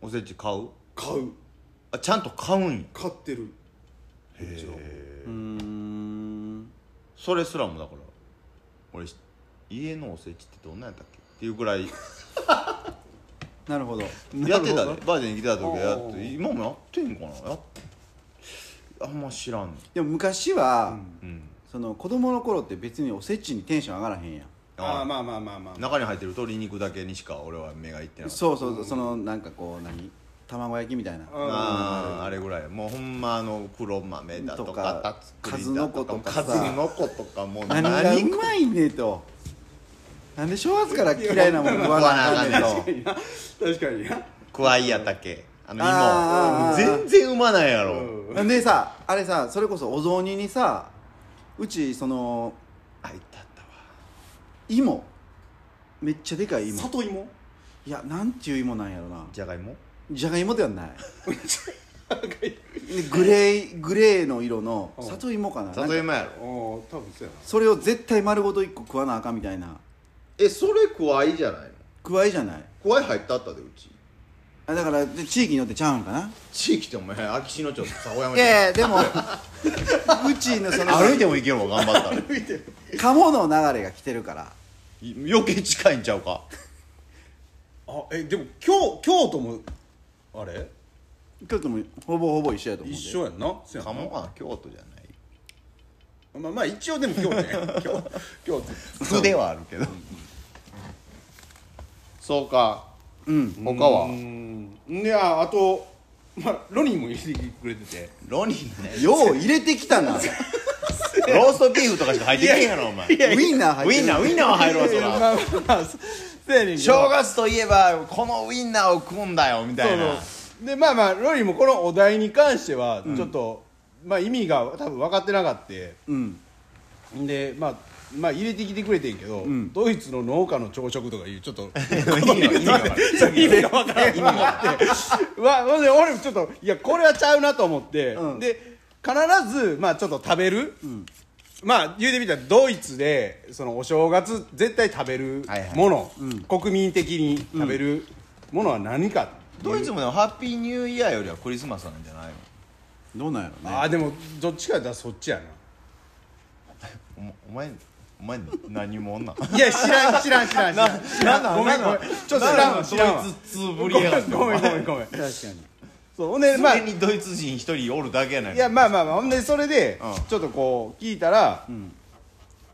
[SPEAKER 5] おせち買う
[SPEAKER 2] 買う
[SPEAKER 5] あちゃんと買うんや
[SPEAKER 2] 買ってるへ
[SPEAKER 1] うーん
[SPEAKER 5] それすらもだから俺家のおせちってどんなんやったっけっていうぐらい
[SPEAKER 1] なるほど
[SPEAKER 5] やってたでバージン来てた時はや
[SPEAKER 2] お
[SPEAKER 5] っ
[SPEAKER 2] うおう
[SPEAKER 5] て今もやってんかなやっあんま知らん
[SPEAKER 1] でも昔は、
[SPEAKER 5] うん
[SPEAKER 1] その子供の頃って別におせちにテンション上がらへんやん
[SPEAKER 2] ああまあまあまあまあ、
[SPEAKER 5] 中に入ってる鶏肉だけにしか俺は目がいってなかった
[SPEAKER 1] そうそうそうそのなんかこう何卵焼きみたいな
[SPEAKER 2] うん
[SPEAKER 5] あああれぐらいもうほんまあの黒豆だと
[SPEAKER 1] と
[SPEAKER 5] か
[SPEAKER 1] か
[SPEAKER 5] たつくりだ
[SPEAKER 1] 数の子とかさ
[SPEAKER 5] 数の子とかもう
[SPEAKER 1] 何がうまいねとなんで正月から嫌いなもん食わなあかんねんと
[SPEAKER 2] 確かにな
[SPEAKER 5] クワイやったっけあの
[SPEAKER 1] あー
[SPEAKER 5] 芋全然うまないやろ、
[SPEAKER 2] うん
[SPEAKER 1] なんでさあれさそれこそお雑煮にさうちその
[SPEAKER 5] あいったあったわ
[SPEAKER 1] 芋めっちゃでかい芋
[SPEAKER 2] 里芋
[SPEAKER 1] いやなんていう芋なんやろな
[SPEAKER 5] じゃがいも
[SPEAKER 1] じゃがいもではないでグレーグレーの色の
[SPEAKER 2] うん
[SPEAKER 1] 里芋かな
[SPEAKER 5] 里
[SPEAKER 1] なんか
[SPEAKER 5] 芋やろ
[SPEAKER 2] ああ多分そうや
[SPEAKER 1] それを絶対丸ごと一個食わなあかんみたいな
[SPEAKER 3] えそれ怖いじゃないの
[SPEAKER 1] くわいじゃない
[SPEAKER 3] 怖い入ったあったでうち
[SPEAKER 1] あだからで地域によってちゃうんかな
[SPEAKER 3] 地域ってお前秋篠町さおや
[SPEAKER 1] いやいやでもうちのその
[SPEAKER 5] 歩いてもいけるわ頑張ったら
[SPEAKER 1] 鴨の流れが来てるから
[SPEAKER 5] 余計近いんちゃうか
[SPEAKER 2] なあえでも京京都もあれ
[SPEAKER 1] 京都もほぼほぼ一緒やと思うん
[SPEAKER 2] 一
[SPEAKER 1] で
[SPEAKER 2] 緒やんなせやんな
[SPEAKER 6] 鴨は京都じゃない
[SPEAKER 2] まあまあ一応でも京都やん京京
[SPEAKER 6] 区ではあるけど
[SPEAKER 3] そうか
[SPEAKER 1] うん
[SPEAKER 3] 他
[SPEAKER 2] 都う
[SPEAKER 3] は
[SPEAKER 2] んでああとまあロニーも入れてくれてて
[SPEAKER 6] ロニーね
[SPEAKER 1] よう入れてきたなウ
[SPEAKER 6] ローストビーフとかしか入ってけへんやろお前ウ
[SPEAKER 1] ィンナー入って
[SPEAKER 6] ィンナーウィンナーは入るわそ
[SPEAKER 2] ま
[SPEAKER 6] ら
[SPEAKER 2] あ まあまあそそうやねんけど
[SPEAKER 6] 正月といえばこのウィンナーを食うんだよみたいな
[SPEAKER 2] そうでまあまあロリもこのお題に関してはちょっと、まあ意味が多分分かってなかって
[SPEAKER 1] うん
[SPEAKER 2] でまあまあ入れてきてくれてんけど、
[SPEAKER 1] ん
[SPEAKER 2] ドイツの農家の朝食とかいうちょっと
[SPEAKER 6] 意味が分か
[SPEAKER 2] 意味が分からん意味があってわほんで俺もちょっといやこれはちゃうなと思って、
[SPEAKER 1] うん
[SPEAKER 2] で必ずまあちょっと食べる、まあ言うてみたらドイツでそのお正月絶対食べる
[SPEAKER 6] はいはい
[SPEAKER 2] もの、国民的に食べるものは何かっていう
[SPEAKER 6] ドイツもねハッピーニューイヤーよりはクリスマスなんじゃないの
[SPEAKER 1] どうなんやろね
[SPEAKER 2] ああでもどっちかやったらそっちやな
[SPEAKER 6] お前お前お前何もんなん
[SPEAKER 2] いや知らん知らん知らん知らん
[SPEAKER 6] なん
[SPEAKER 2] ごめんごめんちょっと知らんわ知らんわ
[SPEAKER 6] ドイツつぶ
[SPEAKER 2] ご
[SPEAKER 6] り
[SPEAKER 2] め
[SPEAKER 6] やがっ
[SPEAKER 2] ん
[SPEAKER 6] て
[SPEAKER 2] ごめんごめ んごめん
[SPEAKER 1] 確かに
[SPEAKER 2] そうほんでまあ
[SPEAKER 6] 上にドイツ人一人おるだけやないい
[SPEAKER 2] やまあまあまあほんでそれで
[SPEAKER 6] うん
[SPEAKER 2] ちょっとこう聞いたら、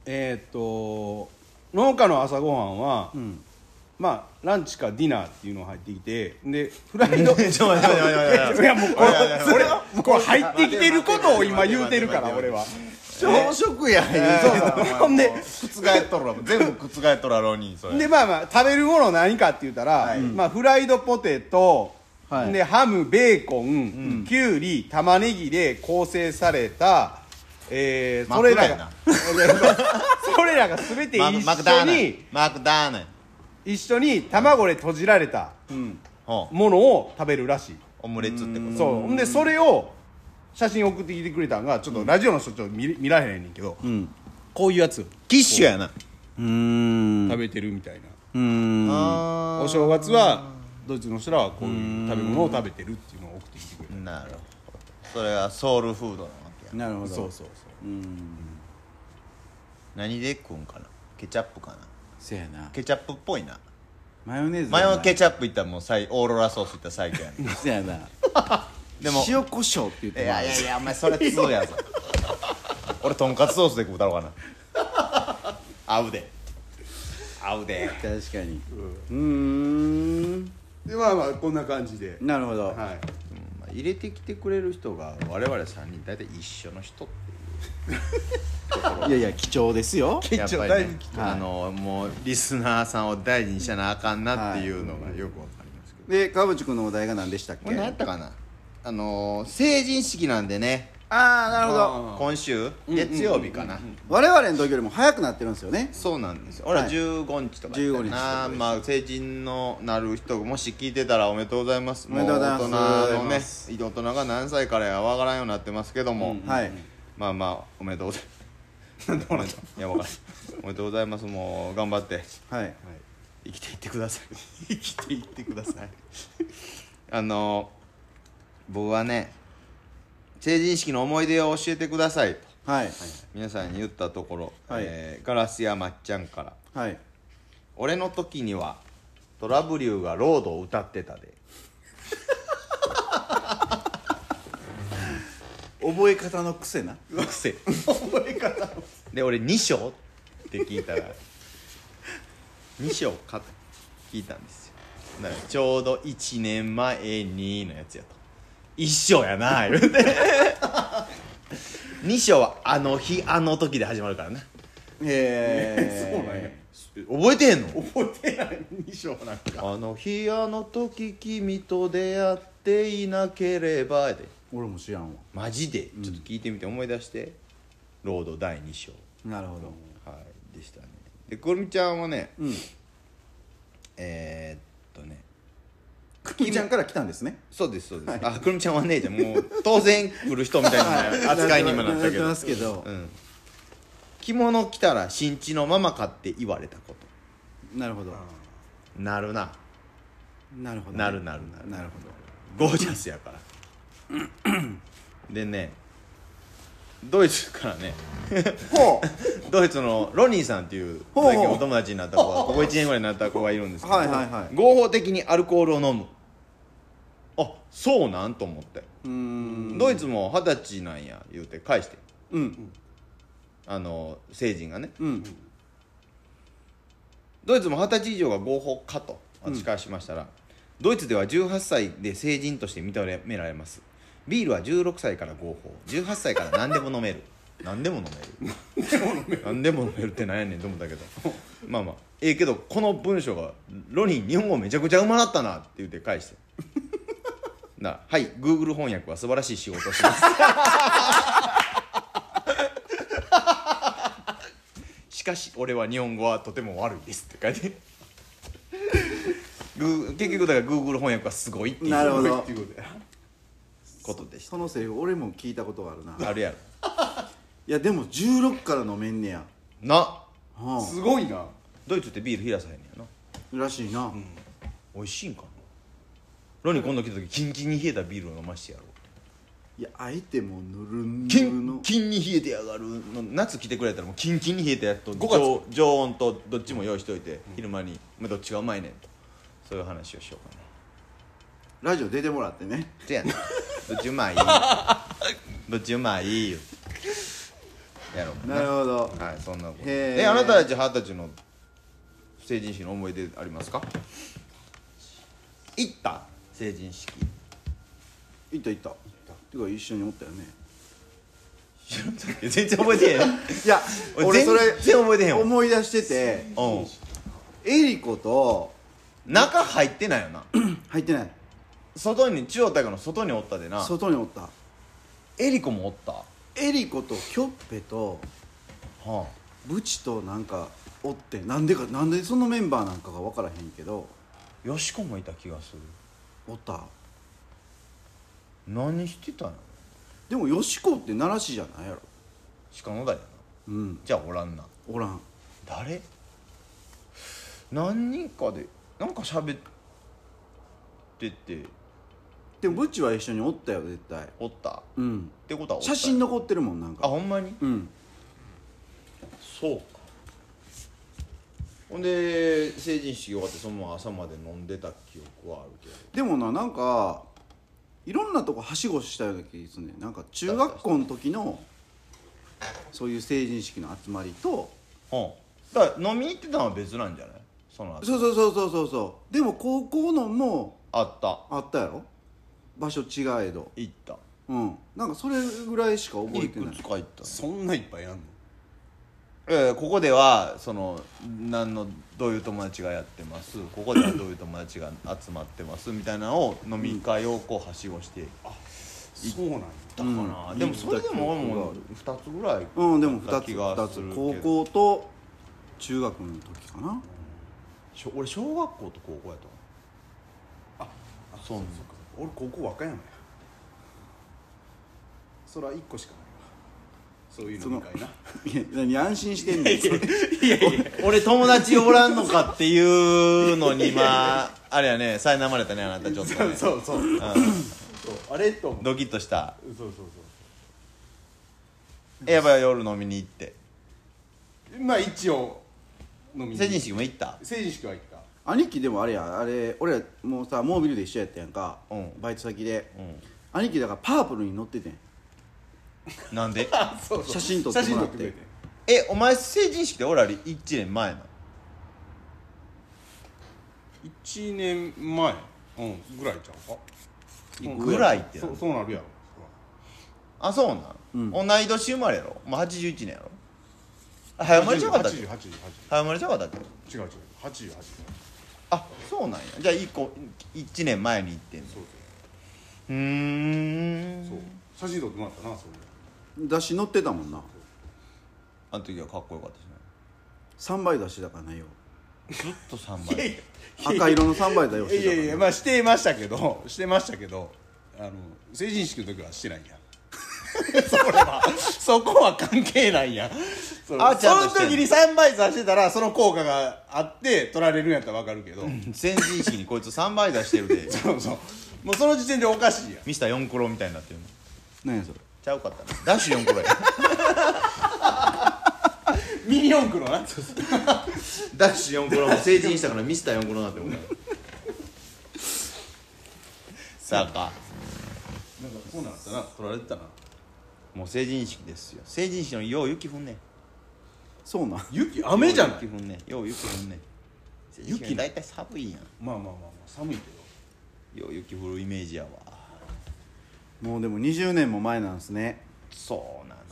[SPEAKER 2] えーっと農家の朝ごはんは、
[SPEAKER 1] ん
[SPEAKER 2] まあランチかディナーっていうのが入ってきてでフライ
[SPEAKER 6] ちょ
[SPEAKER 2] ド
[SPEAKER 6] っと待って待って待って
[SPEAKER 2] いやもうこれ
[SPEAKER 6] いやいやいや
[SPEAKER 2] それはこう入ってきてることを今言うてるから
[SPEAKER 6] 待って
[SPEAKER 2] 俺は
[SPEAKER 1] 朝食や言うて
[SPEAKER 2] そうそうほんで
[SPEAKER 6] 覆っとるわ全部覆っとるわろにそれ
[SPEAKER 2] でまあまあ食べるもの何かって言ったら、まあ、フライドポテト、
[SPEAKER 1] はい
[SPEAKER 2] でハムベーコン、きゅうり玉ねぎで構成された、えー、
[SPEAKER 6] マ
[SPEAKER 2] そ
[SPEAKER 6] ク
[SPEAKER 2] れ
[SPEAKER 6] ド
[SPEAKER 2] ら
[SPEAKER 6] や
[SPEAKER 2] が
[SPEAKER 6] な
[SPEAKER 2] それらが全て一
[SPEAKER 6] ママクダー
[SPEAKER 2] 緒
[SPEAKER 6] ナイ
[SPEAKER 2] に
[SPEAKER 6] マクダーナイ
[SPEAKER 2] 一緒に卵で閉じられた
[SPEAKER 6] ほう
[SPEAKER 2] ものを食べるらしい、
[SPEAKER 6] オムレツってこと
[SPEAKER 2] そうほんでそれを写真送ってきてくれたんがちょっとラジオの人ちょっと見れ見られへんねんけど、
[SPEAKER 1] ん
[SPEAKER 2] こういうやつ
[SPEAKER 6] キッシュやな
[SPEAKER 1] うーん
[SPEAKER 2] 食べてるみたいな、
[SPEAKER 1] うーん
[SPEAKER 6] あ
[SPEAKER 2] お正月はドイツの人らはこういう食べ物を食べてるっていうのを送ってきてくれた
[SPEAKER 6] ーなるほどそれはソウルフードなわけや
[SPEAKER 1] なるほど
[SPEAKER 2] そうそうそう
[SPEAKER 6] 何で食うんかなケチャップかな
[SPEAKER 1] せやな
[SPEAKER 6] ケチャップっぽいな
[SPEAKER 1] マヨネーズ
[SPEAKER 6] マヨケ
[SPEAKER 1] チ
[SPEAKER 6] チャップいったらもう最オーロラソースいったら最強やね
[SPEAKER 1] せやな
[SPEAKER 6] でも
[SPEAKER 1] 塩コショウって言っ
[SPEAKER 6] い
[SPEAKER 1] て
[SPEAKER 6] やいやいやお前それ通 やぞ俺とんかつソースで食うたろうかな合うで合うで
[SPEAKER 1] 確かにうーん
[SPEAKER 2] でまあまあこんな感じで、
[SPEAKER 1] なるほど
[SPEAKER 2] はい
[SPEAKER 3] まあ入れてきてくれる人が我々3人大体一緒の人って
[SPEAKER 1] いやいや貴重ですよ
[SPEAKER 2] 結
[SPEAKER 3] やっ
[SPEAKER 2] 構
[SPEAKER 3] ぱ
[SPEAKER 2] だい
[SPEAKER 3] り
[SPEAKER 2] ぶ
[SPEAKER 3] ねあのもうリスナーさんを大事にしなあかんなっていうのがよくわかりますけど、
[SPEAKER 1] で川淵君のお題が何でしたっ
[SPEAKER 3] これ何や
[SPEAKER 1] け
[SPEAKER 3] ったかなあの成人式なんでね
[SPEAKER 1] ああなるほど
[SPEAKER 2] あー
[SPEAKER 3] 今週月曜日かな、
[SPEAKER 1] 我々の時よりも早くなってるんですよね
[SPEAKER 3] そうなんですよ俺は
[SPEAKER 1] はい
[SPEAKER 3] 15日とか
[SPEAKER 1] 15日と
[SPEAKER 3] な、
[SPEAKER 1] かです
[SPEAKER 3] まあ成人のなる人もし聞いてたらおめでとうございます
[SPEAKER 1] おめでとうございます
[SPEAKER 3] も大人のね大人が何歳からやわからんようになってますけども、
[SPEAKER 1] はい
[SPEAKER 3] まあまあおめでとうございますなんでもらったいやわからんおめでとうございますもう頑張って
[SPEAKER 1] はい
[SPEAKER 3] 生きていってください生きていってくださいあの僕はね成人式の思い出を教えてくださいと
[SPEAKER 1] はい
[SPEAKER 3] 皆さんに言ったところ、
[SPEAKER 1] はい
[SPEAKER 3] えーガラスやまっちゃんから
[SPEAKER 1] はい
[SPEAKER 3] 「俺の時にはトラブリューがロードを歌ってたで
[SPEAKER 1] 覚え方の癖な」
[SPEAKER 3] くせ覚え方 で俺2章って聞いたら2章かと聞いたんですよだからちょうど1年前にのやつやと一章やな言うて2章はあの日あの時で始まるからね
[SPEAKER 1] へえ
[SPEAKER 2] そうなんや
[SPEAKER 3] 覚えてへんの
[SPEAKER 2] 覚えてない 二章なんか
[SPEAKER 3] あの日あの時君と出会っていなければやで
[SPEAKER 1] 俺も知らんわ
[SPEAKER 3] マジでちょっと聞いてみて思い出して、ロード第2章
[SPEAKER 1] なるほど
[SPEAKER 3] はいでしたねでくるみちゃんはね、
[SPEAKER 1] うん
[SPEAKER 3] えー、っとね
[SPEAKER 1] くきちゃんから来たんですね
[SPEAKER 3] そうですそうです、あくるみちゃんはねじゃあもう当然来る人 みたいな扱いにもなったけ
[SPEAKER 1] やて
[SPEAKER 3] ど
[SPEAKER 1] ますけど
[SPEAKER 3] うん着物着たら新地のままかって言われたこ
[SPEAKER 1] なるほど
[SPEAKER 3] となるな
[SPEAKER 1] なるほど
[SPEAKER 3] なるなるなる
[SPEAKER 1] なる
[SPEAKER 3] ゴージャスや からでねドイツからね
[SPEAKER 1] ほどほ
[SPEAKER 3] ドイツのロニーさんっていう
[SPEAKER 1] ほうほう
[SPEAKER 3] 最近お友達になった子がここ1年ぐらいになった子がいるんですけど
[SPEAKER 1] はいはいはい
[SPEAKER 3] 合法的にアルコールを飲むあそうなんと思って
[SPEAKER 1] うん
[SPEAKER 3] ドイツも二十歳なんや言うて返して
[SPEAKER 1] うん
[SPEAKER 3] あの成人がね
[SPEAKER 1] うん
[SPEAKER 3] ドイツも二十歳以上が合法かと私からしましたら、ドイツでは18歳で成人として認められますビールは16歳から合法18歳から何でも飲める何でも飲める 何でも飲めるってなんやねんと思ったけど まあまあええけどこの文章が「ロニー日本語めちゃくちゃうまなったな」って言って返して なあはい Google 翻訳は素晴らしい仕事をします しかし俺は日本語はとても悪いですって書いて グー結局だから Google 翻訳はすごいってい
[SPEAKER 1] なる
[SPEAKER 3] う
[SPEAKER 1] ほど
[SPEAKER 2] っていうことや
[SPEAKER 3] ことでし
[SPEAKER 1] そのセリフ俺も聞いたことがあるな
[SPEAKER 3] たあるやろ
[SPEAKER 1] いやでも16から飲めんねや、
[SPEAKER 3] な
[SPEAKER 1] は
[SPEAKER 2] すごいな
[SPEAKER 3] ドイツってビール冷やさへんねや
[SPEAKER 1] あ、
[SPEAKER 3] な
[SPEAKER 1] らしいな、
[SPEAKER 3] 美味しいんかなロニー今度来た時キンキンに冷えたビールを飲ましてやろう
[SPEAKER 1] いやあえてもうぬるぬ
[SPEAKER 3] キ
[SPEAKER 1] る
[SPEAKER 3] ン
[SPEAKER 1] の
[SPEAKER 3] キンに冷えてやがるの夏来てくれたらもうキンキンに冷えたやつと
[SPEAKER 2] 五月
[SPEAKER 3] 常常温とどっちも用意しといて、昼間に、まあ、どっちがうまいねんとそういう話をしようかな
[SPEAKER 1] ラジオ出てもらってね
[SPEAKER 3] そやねん どっちうまい どっちうまいよやろう
[SPEAKER 1] なるほど
[SPEAKER 3] はいそんなこと
[SPEAKER 1] へー
[SPEAKER 3] えあなたたち二十歳の成人式の思い出ありますか行った成人式
[SPEAKER 1] いったいったてか一緒におったよね
[SPEAKER 3] 全然覚えてへん
[SPEAKER 1] いや俺それ
[SPEAKER 3] 全然覚えてへんわ
[SPEAKER 1] 思い出してて
[SPEAKER 3] うん
[SPEAKER 1] エリコと
[SPEAKER 3] 中入ってないよな
[SPEAKER 1] 入ってない
[SPEAKER 3] 外に中央大会の外におったでな
[SPEAKER 1] 外におった
[SPEAKER 3] エリコもおったは
[SPEAKER 1] エリコとキョッペと
[SPEAKER 3] あ
[SPEAKER 1] ブチとなんかおってなんでかなんでそのメンバーなんかが分からへんけど
[SPEAKER 3] よしこもいた気がする
[SPEAKER 1] おった
[SPEAKER 3] 何してたの
[SPEAKER 1] でもよしこって奈良市じゃないやろ
[SPEAKER 3] 鹿野台やな
[SPEAKER 1] うん
[SPEAKER 3] じゃあおらんな
[SPEAKER 1] おらん
[SPEAKER 3] 誰何人かでなんか喋ってて
[SPEAKER 1] でもブチは一緒におったよ絶対
[SPEAKER 3] おったっ
[SPEAKER 1] うん
[SPEAKER 3] てことはおった
[SPEAKER 1] 写真残ってるもんなん
[SPEAKER 3] あ
[SPEAKER 1] か
[SPEAKER 3] ほんまに
[SPEAKER 1] うん
[SPEAKER 3] そうかほんで成人式終わってそのまま朝まで飲んでた記憶はあるけど
[SPEAKER 1] でもななんかいろんなとこはしごしたような気がするねなんか中学校の時のそういう成人式の集まりと
[SPEAKER 3] うん、だから飲みに行ってたのは別なんじゃないその後
[SPEAKER 1] そうそうそうそうそうそうでも高校のも
[SPEAKER 3] あった
[SPEAKER 1] あったやろ場所違えど
[SPEAKER 3] 行った
[SPEAKER 1] うんなんかそれぐらいしか覚え
[SPEAKER 3] い
[SPEAKER 1] て
[SPEAKER 3] く
[SPEAKER 1] ない
[SPEAKER 3] つか行った
[SPEAKER 2] そんないっぱいあんの
[SPEAKER 3] えーここではその何のどういう友達がやってますここではどういう友達が集まってますみたいなのを飲み会をこうはしごしていっ
[SPEAKER 2] そうなんや
[SPEAKER 3] たかな、
[SPEAKER 1] うん
[SPEAKER 3] でもそれでも俺も2つぐらい
[SPEAKER 1] うんでも
[SPEAKER 3] だ
[SPEAKER 1] 2
[SPEAKER 3] っ
[SPEAKER 1] つ
[SPEAKER 3] た気が
[SPEAKER 1] 2
[SPEAKER 3] する
[SPEAKER 1] つ
[SPEAKER 3] け
[SPEAKER 1] 高
[SPEAKER 3] ど
[SPEAKER 1] 校と中学の時かな
[SPEAKER 3] しょ俺小学校と高校やと
[SPEAKER 2] あそうなんか俺高校和歌山やそら一個しかないわそういうのみたいな
[SPEAKER 1] や
[SPEAKER 2] い
[SPEAKER 1] 何安心してんねんそれ
[SPEAKER 3] 俺友達おらんのかっていうのに今あれやね苛まれたねあなたちょっと、ね、
[SPEAKER 2] そうそうそうあれと思って
[SPEAKER 3] ドキッとした
[SPEAKER 2] そうそうそ
[SPEAKER 3] やっぱ夜飲みに行って
[SPEAKER 2] うまあ一応飲みに
[SPEAKER 3] 成人式も行った
[SPEAKER 2] 成人式は行った
[SPEAKER 1] 兄貴でもあれやあれ俺らもうさモービルで一緒やったやんか、
[SPEAKER 3] うん
[SPEAKER 1] バイト先で、
[SPEAKER 3] うん
[SPEAKER 1] 兄貴だからパープルに乗っててん
[SPEAKER 3] なんで
[SPEAKER 2] あそうそう
[SPEAKER 1] 写真撮ってもらって
[SPEAKER 2] 写真撮くれて
[SPEAKER 3] えお前成人式で俺ら1年前なの
[SPEAKER 2] 1年前うんぐらいちゃうかうん
[SPEAKER 3] ぐらいってな
[SPEAKER 2] そうそうなるやろ
[SPEAKER 3] あそうなん、同い年生まれやろお前81年やろあ早生まれちゃうかったっけ
[SPEAKER 2] 88 88
[SPEAKER 3] 早生まれちゃうかったっけ
[SPEAKER 2] 違う違う88
[SPEAKER 3] あそうなんやじゃあ1個1年前に行ってんの
[SPEAKER 2] そう
[SPEAKER 3] うーん
[SPEAKER 2] そう写真撮ってもらったなそれ
[SPEAKER 1] だし乗ってたもんな
[SPEAKER 3] あの時はかっこよかったしね
[SPEAKER 1] 3倍出してたからなよ
[SPEAKER 3] ずっと3倍
[SPEAKER 1] 赤色の3倍だよ
[SPEAKER 2] いやいやいやま
[SPEAKER 1] あ
[SPEAKER 2] あしてましたけどしてましたけどあの成人式の時はしてないん やそれはそこは関係ないんやその
[SPEAKER 3] あちゃんとしてん
[SPEAKER 2] そ
[SPEAKER 3] の
[SPEAKER 2] の時に3倍出してたらその効果があって取られるんやったら分かるけど、
[SPEAKER 3] 成人式にこいつ3倍出してるで
[SPEAKER 2] そうそうもうその時点でおかしいやん
[SPEAKER 3] ミスター4コロみたいになってるの
[SPEAKER 1] 何やそれ
[SPEAKER 3] ちゃうかったなダッシュ4コロや
[SPEAKER 2] ミニ四駆のな
[SPEAKER 3] ダッシュ4コロも成人したからミスター4コロになってるもんさか
[SPEAKER 2] なんかそうなったな取られてたな
[SPEAKER 3] もう成人式ですよ成人式のよう雪降んねん
[SPEAKER 1] そうなん
[SPEAKER 2] 雪雨じゃない
[SPEAKER 3] 雪降んねんよう雪降んねん
[SPEAKER 2] 雪
[SPEAKER 3] 雪大体寒いや
[SPEAKER 2] まあまあまあまあ寒いけど
[SPEAKER 3] んよう雪降るイメージやわ
[SPEAKER 1] もうでも20年も前なんですね
[SPEAKER 3] そうなのよ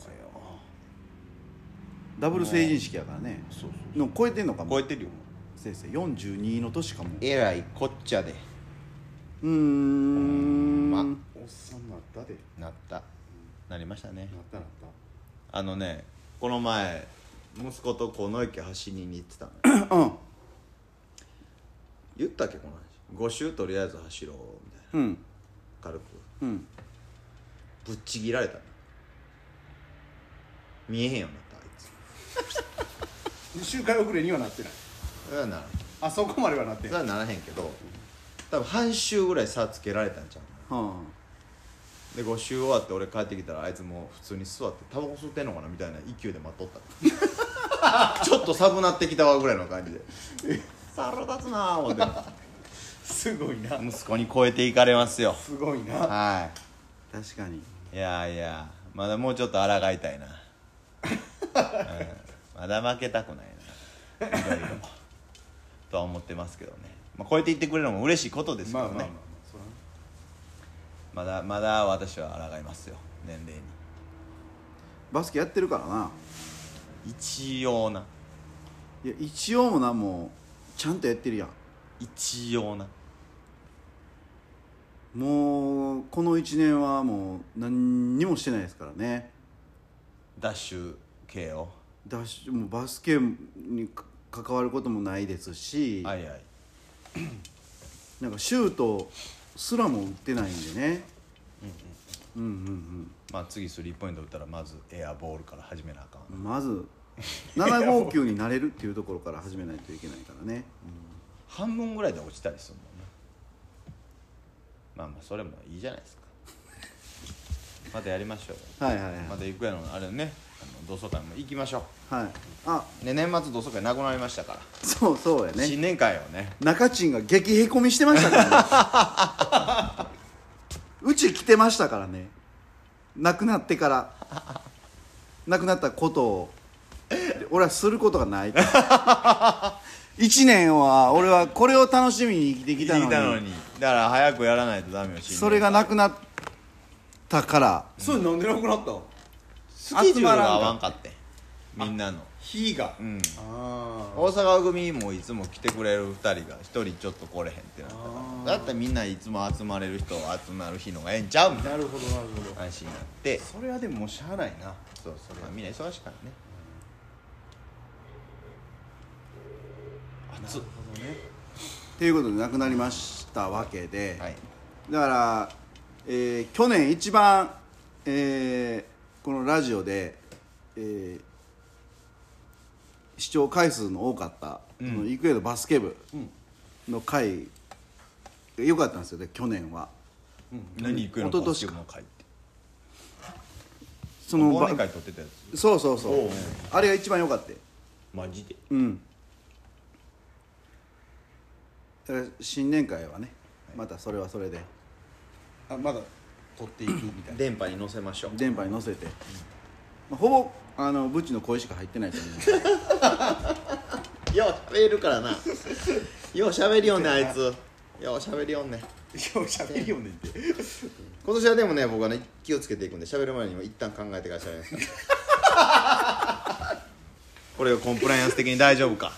[SPEAKER 1] ダブル成人式やからね
[SPEAKER 3] そうそう
[SPEAKER 1] でも超えてんのかも
[SPEAKER 3] 超
[SPEAKER 1] う
[SPEAKER 3] えてるよも
[SPEAKER 1] 先生42の年かも
[SPEAKER 3] うえらいこっちゃで
[SPEAKER 1] うーん
[SPEAKER 3] ま
[SPEAKER 2] おっさんなったで
[SPEAKER 3] なったなりましたね
[SPEAKER 2] なったなった
[SPEAKER 3] あのねこの前息子とこの駅走りに行ってたのよ
[SPEAKER 1] うん
[SPEAKER 3] 言ったっけこの話5周とりあえず走ろうみたいな
[SPEAKER 1] うん
[SPEAKER 3] 軽く
[SPEAKER 1] うん
[SPEAKER 3] ぶっちぎられたの見えへんようになったあいつ
[SPEAKER 2] で周回遅れにはなってない
[SPEAKER 3] それはならん
[SPEAKER 2] あそこまではなって
[SPEAKER 3] そ
[SPEAKER 2] な
[SPEAKER 3] れ
[SPEAKER 2] い
[SPEAKER 3] はならへんけど多分半周ぐらい差つけられたんちゃうか
[SPEAKER 1] は
[SPEAKER 3] なで5周終わって俺帰ってきたらあいつもう普通に座ってタバコ吸ってんのかなみたいな勢いで待っとった ちょっと寒なってきたわぐらいの 感じで腹立つなぁ思って
[SPEAKER 2] すごいな
[SPEAKER 3] 息子に超えていかれます よ
[SPEAKER 2] すごいな
[SPEAKER 3] は
[SPEAKER 1] あ確かに
[SPEAKER 3] いいやいやまだもうちょっと抗いたいな、うんまだ負けたくないないろいろとは思ってますけどね、まあ、超えていってくれるのも嬉しいことですけ
[SPEAKER 2] まあ
[SPEAKER 3] ど
[SPEAKER 2] まあま
[SPEAKER 3] ね、
[SPEAKER 2] あまあそら
[SPEAKER 3] まだまだ私は抗いますよ年齢に
[SPEAKER 1] バスケやってるからな
[SPEAKER 3] 一応ない
[SPEAKER 1] や一応もなんもちゃんとやってるやん
[SPEAKER 3] 一応な
[SPEAKER 1] もうこの1年はもう何にもしてないですからね
[SPEAKER 3] ダッシュ系を
[SPEAKER 1] だしもうバスケにか関わることもないですし、
[SPEAKER 3] はいはい
[SPEAKER 1] なんかシュートすらも打ってないんでね、うんうん
[SPEAKER 3] まあ次スリーポイント打ったらまずエアボールから始めなあかん、
[SPEAKER 1] うんまず759になれるっていうところから始めないといけないからね、
[SPEAKER 3] 半分ぐらいで落ちたりするもんねまあまあそれもいいじゃないですか またやりましょう
[SPEAKER 1] はいはいはい、
[SPEAKER 3] また行くやろあれねあの同窓会も行きましょ
[SPEAKER 1] はいあ
[SPEAKER 3] うね年末同窓会なくなりましたか
[SPEAKER 1] そうそうや
[SPEAKER 3] ら、
[SPEAKER 1] ね
[SPEAKER 3] 新年会をね
[SPEAKER 1] 中賃が激へこみしてましたからねうち来てましたからね亡くなってから亡くなったことをで俺はすることがないから1年は俺はこれを楽しみに生きてきたのに
[SPEAKER 3] だから早くやらないとダメよ新年会
[SPEAKER 1] それがなくなったから
[SPEAKER 2] それなんでなくなったん
[SPEAKER 3] スケジュールが合わんかってみんなの
[SPEAKER 2] 火が
[SPEAKER 3] うん
[SPEAKER 2] ああ
[SPEAKER 3] 大阪組もいつも来てくれる2人が1人ちょっと来れへんってなったからだったらみんないつも集まれる人集まる日のがええんちゃうみたい
[SPEAKER 2] なるほどなるほど
[SPEAKER 3] な話になって
[SPEAKER 2] それはでももうしゃあないな
[SPEAKER 3] そうそう、まあ、みんな忙しいからね暑っ
[SPEAKER 1] ということでなくなりましたわけで、
[SPEAKER 3] はい
[SPEAKER 1] だから、えー去年一番、えーこのラジオで、えー視聴回数の多かった、この育英のバスケ部の回良かったんですよね去年は
[SPEAKER 3] 何行くの
[SPEAKER 1] 一昨年か
[SPEAKER 3] バスケの会って
[SPEAKER 1] その
[SPEAKER 3] 忘
[SPEAKER 1] ば
[SPEAKER 3] 年会撮ってたやつ
[SPEAKER 1] そうそうそう
[SPEAKER 3] おう
[SPEAKER 1] あれが一番良かった
[SPEAKER 3] マジで
[SPEAKER 1] うんだから新年会はねまたそれはそれで
[SPEAKER 2] あまだ取っていくみたいな
[SPEAKER 3] 電波に載せましょう
[SPEAKER 1] 電波に乗せて、まあほぼあのブチの声しか入ってないと思うんですけど
[SPEAKER 3] よう喋るからなよう喋りよんねあいつよう喋りよん ね
[SPEAKER 2] いやしゃべりよねんて
[SPEAKER 3] 今年はでもね僕はね気をつけていくんで喋る前にも一旦考えてから喋りますこれがコンプライアンス的に大丈夫か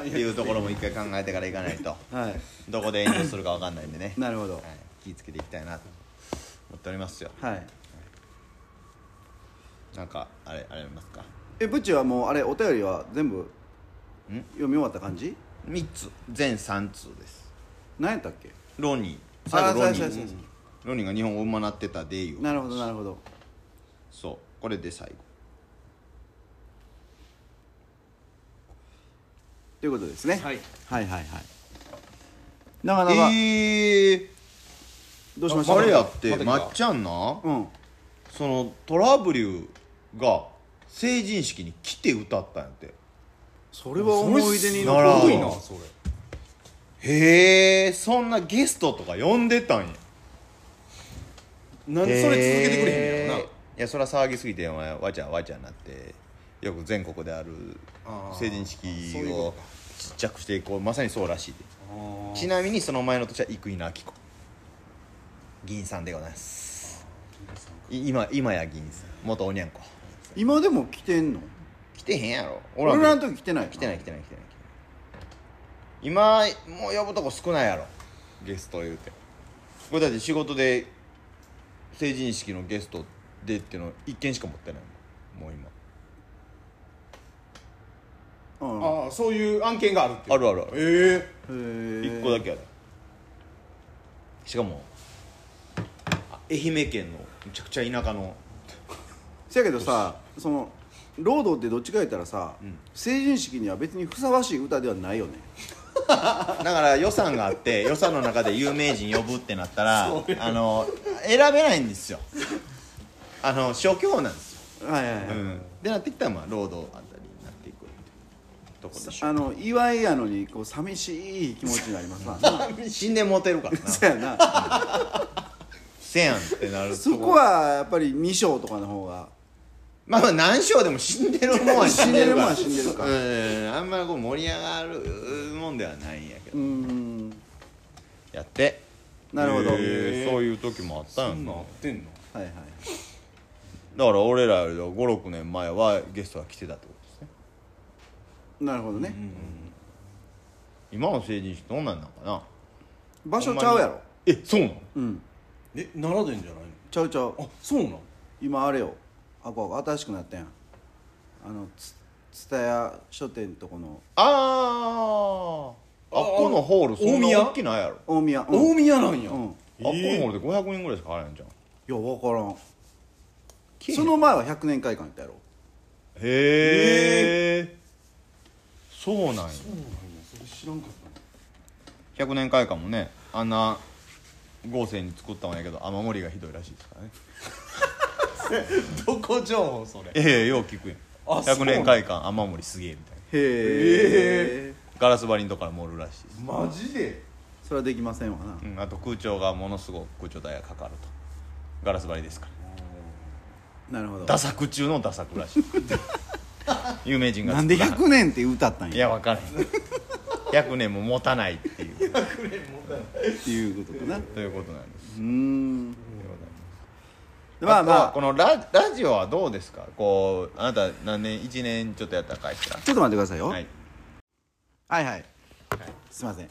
[SPEAKER 3] っていうところも一回考えてからいかないと
[SPEAKER 1] はい
[SPEAKER 3] どこで炎上するか分かんないんでね、
[SPEAKER 1] なるほど
[SPEAKER 3] はい、気をつけていきたいなと思っておりますよ
[SPEAKER 1] はい
[SPEAKER 3] なんかあれあれありますか
[SPEAKER 1] えブチはもうあれお便りは全部読み終わった感じ
[SPEAKER 3] 3つ全3通です
[SPEAKER 1] 何やったっけ
[SPEAKER 3] ロニー
[SPEAKER 1] あ
[SPEAKER 3] 最
[SPEAKER 1] ー
[SPEAKER 3] 後ロニ
[SPEAKER 1] そうそうそう
[SPEAKER 3] ー
[SPEAKER 1] そう
[SPEAKER 3] ロニーが日本語を学ってたでいう
[SPEAKER 1] なるほどなるほど
[SPEAKER 3] そうこれで最後
[SPEAKER 1] ということですね、
[SPEAKER 2] はい
[SPEAKER 1] はいはいはいなかなか、
[SPEAKER 3] ええ
[SPEAKER 1] どうしました
[SPEAKER 3] ー、あれやっ
[SPEAKER 2] ま
[SPEAKER 3] て
[SPEAKER 2] た来た
[SPEAKER 3] まっちゃんな
[SPEAKER 1] うん
[SPEAKER 3] そのトラブリューが成人式に来て歌ったんやって
[SPEAKER 1] それは思い出に
[SPEAKER 3] なら
[SPEAKER 1] 残
[SPEAKER 2] すご
[SPEAKER 1] る
[SPEAKER 2] い
[SPEAKER 1] な
[SPEAKER 2] なそれ
[SPEAKER 3] へえそんなゲストとか呼んでたんや
[SPEAKER 2] なんでそれ続けてくれへんねやろ
[SPEAKER 5] へー
[SPEAKER 2] ない
[SPEAKER 3] やそりゃ騒ぎすぎてお前わちゃわちゃになってよく全国である
[SPEAKER 2] あー
[SPEAKER 3] 成人式
[SPEAKER 2] そういうこ
[SPEAKER 3] をちっちゃくしていこうまさにそうらしいで
[SPEAKER 2] あー
[SPEAKER 3] ちなみにその前の年は生稲晃子議員さんでございますい今今や議員さん元おにゃんこ
[SPEAKER 1] 今でも来てんの
[SPEAKER 3] 来てへんやろ
[SPEAKER 1] 俺らの
[SPEAKER 3] 時
[SPEAKER 1] 時来てない
[SPEAKER 3] 来てない来てない来てない来てない今もう呼ぶとこ少ないやろゲスト言うてこれだって仕事で成人式のゲストでっていうの一件しか持ってないもんもう今
[SPEAKER 1] うん
[SPEAKER 2] あーそういう案件があるっていう
[SPEAKER 3] あるあるある
[SPEAKER 2] え
[SPEAKER 1] へー
[SPEAKER 3] 一個だけあるしかもあ愛媛県のむちゃくちゃ田舎の
[SPEAKER 1] せやけどさそのロードってどっちか言ったらさ、成人式には別にふさわしい歌ではないよね
[SPEAKER 3] だから予算があって予算の中で有名人呼ぶってなったらあの選べないんですよあの諸教なんですよ
[SPEAKER 1] はいはいはい、
[SPEAKER 3] うんでなってきたらまあ労働あたりになっていくってとこでしょ
[SPEAKER 1] あの祝いやのにこう寂しい気持ちになり ますわな
[SPEAKER 3] 死んでモテるからな
[SPEAKER 1] そやな
[SPEAKER 3] せやんってなると
[SPEAKER 1] そこはやっぱり2章とかの方が
[SPEAKER 3] まあまあ何章でも死んでるもんは死んでるから
[SPEAKER 1] 死んでるもんは死
[SPEAKER 3] うんあんまりこう盛り上がるもんではないんやけ
[SPEAKER 1] う
[SPEAKER 3] ど
[SPEAKER 1] ーん
[SPEAKER 3] やって
[SPEAKER 1] なるほど、
[SPEAKER 3] へーそういう時もあった
[SPEAKER 2] え
[SPEAKER 3] よな
[SPEAKER 2] なってんの
[SPEAKER 1] はいはい
[SPEAKER 3] だから俺らより56年前はゲストが来てたってことですね
[SPEAKER 1] なるほどね、
[SPEAKER 3] 今の成人式どんなんなんかな
[SPEAKER 1] 場所ちゃうやろ
[SPEAKER 3] えそうなの
[SPEAKER 1] うん
[SPEAKER 2] え奈良でんじゃない
[SPEAKER 1] ちゃうちゃう
[SPEAKER 2] のあそうなん
[SPEAKER 1] 今あれよあこう新しくなったやんあのつ蔦屋書店とこの
[SPEAKER 3] あーあっこのホールそんな大きないやろあっ
[SPEAKER 1] 大宮、うん
[SPEAKER 2] 大宮なんや
[SPEAKER 1] うんい
[SPEAKER 3] このホールで500人ぐらいしか入らへんじゃん
[SPEAKER 1] や分からんその前は100年会館やったやろ
[SPEAKER 3] へえそうなんや
[SPEAKER 2] それ知らんかった
[SPEAKER 3] 100年会館もねあんな豪勢に作ったんやけど雨漏りがひどいらしいですからね
[SPEAKER 2] どこ情報それ
[SPEAKER 3] ええよう聞くやん
[SPEAKER 2] あそう
[SPEAKER 3] 100年会館雨漏りすげえみたいな
[SPEAKER 1] へえ
[SPEAKER 3] ガラス張りのとこから漏るらしいです、
[SPEAKER 2] マジで
[SPEAKER 1] それはできませんわな、
[SPEAKER 3] うん、あと空調がものすごく空調代がかかるとガラス張りですから
[SPEAKER 1] なるほど
[SPEAKER 3] ダサ作中のダサ作らしい有名人が
[SPEAKER 1] なん
[SPEAKER 3] 作
[SPEAKER 1] で
[SPEAKER 3] った
[SPEAKER 1] 100年って歌ったん
[SPEAKER 3] い
[SPEAKER 1] や
[SPEAKER 3] や分からへん100年も持たないっていう
[SPEAKER 1] っていうことかなう
[SPEAKER 3] ということなんです
[SPEAKER 1] ーんま
[SPEAKER 3] ま
[SPEAKER 1] あ
[SPEAKER 3] あまあ
[SPEAKER 1] まあ
[SPEAKER 3] このララジオはどうですかこうあなた何年1年ちょっとやったら返した
[SPEAKER 1] ちょっと待ってくださいよ、
[SPEAKER 3] はい
[SPEAKER 1] はいはい、すいません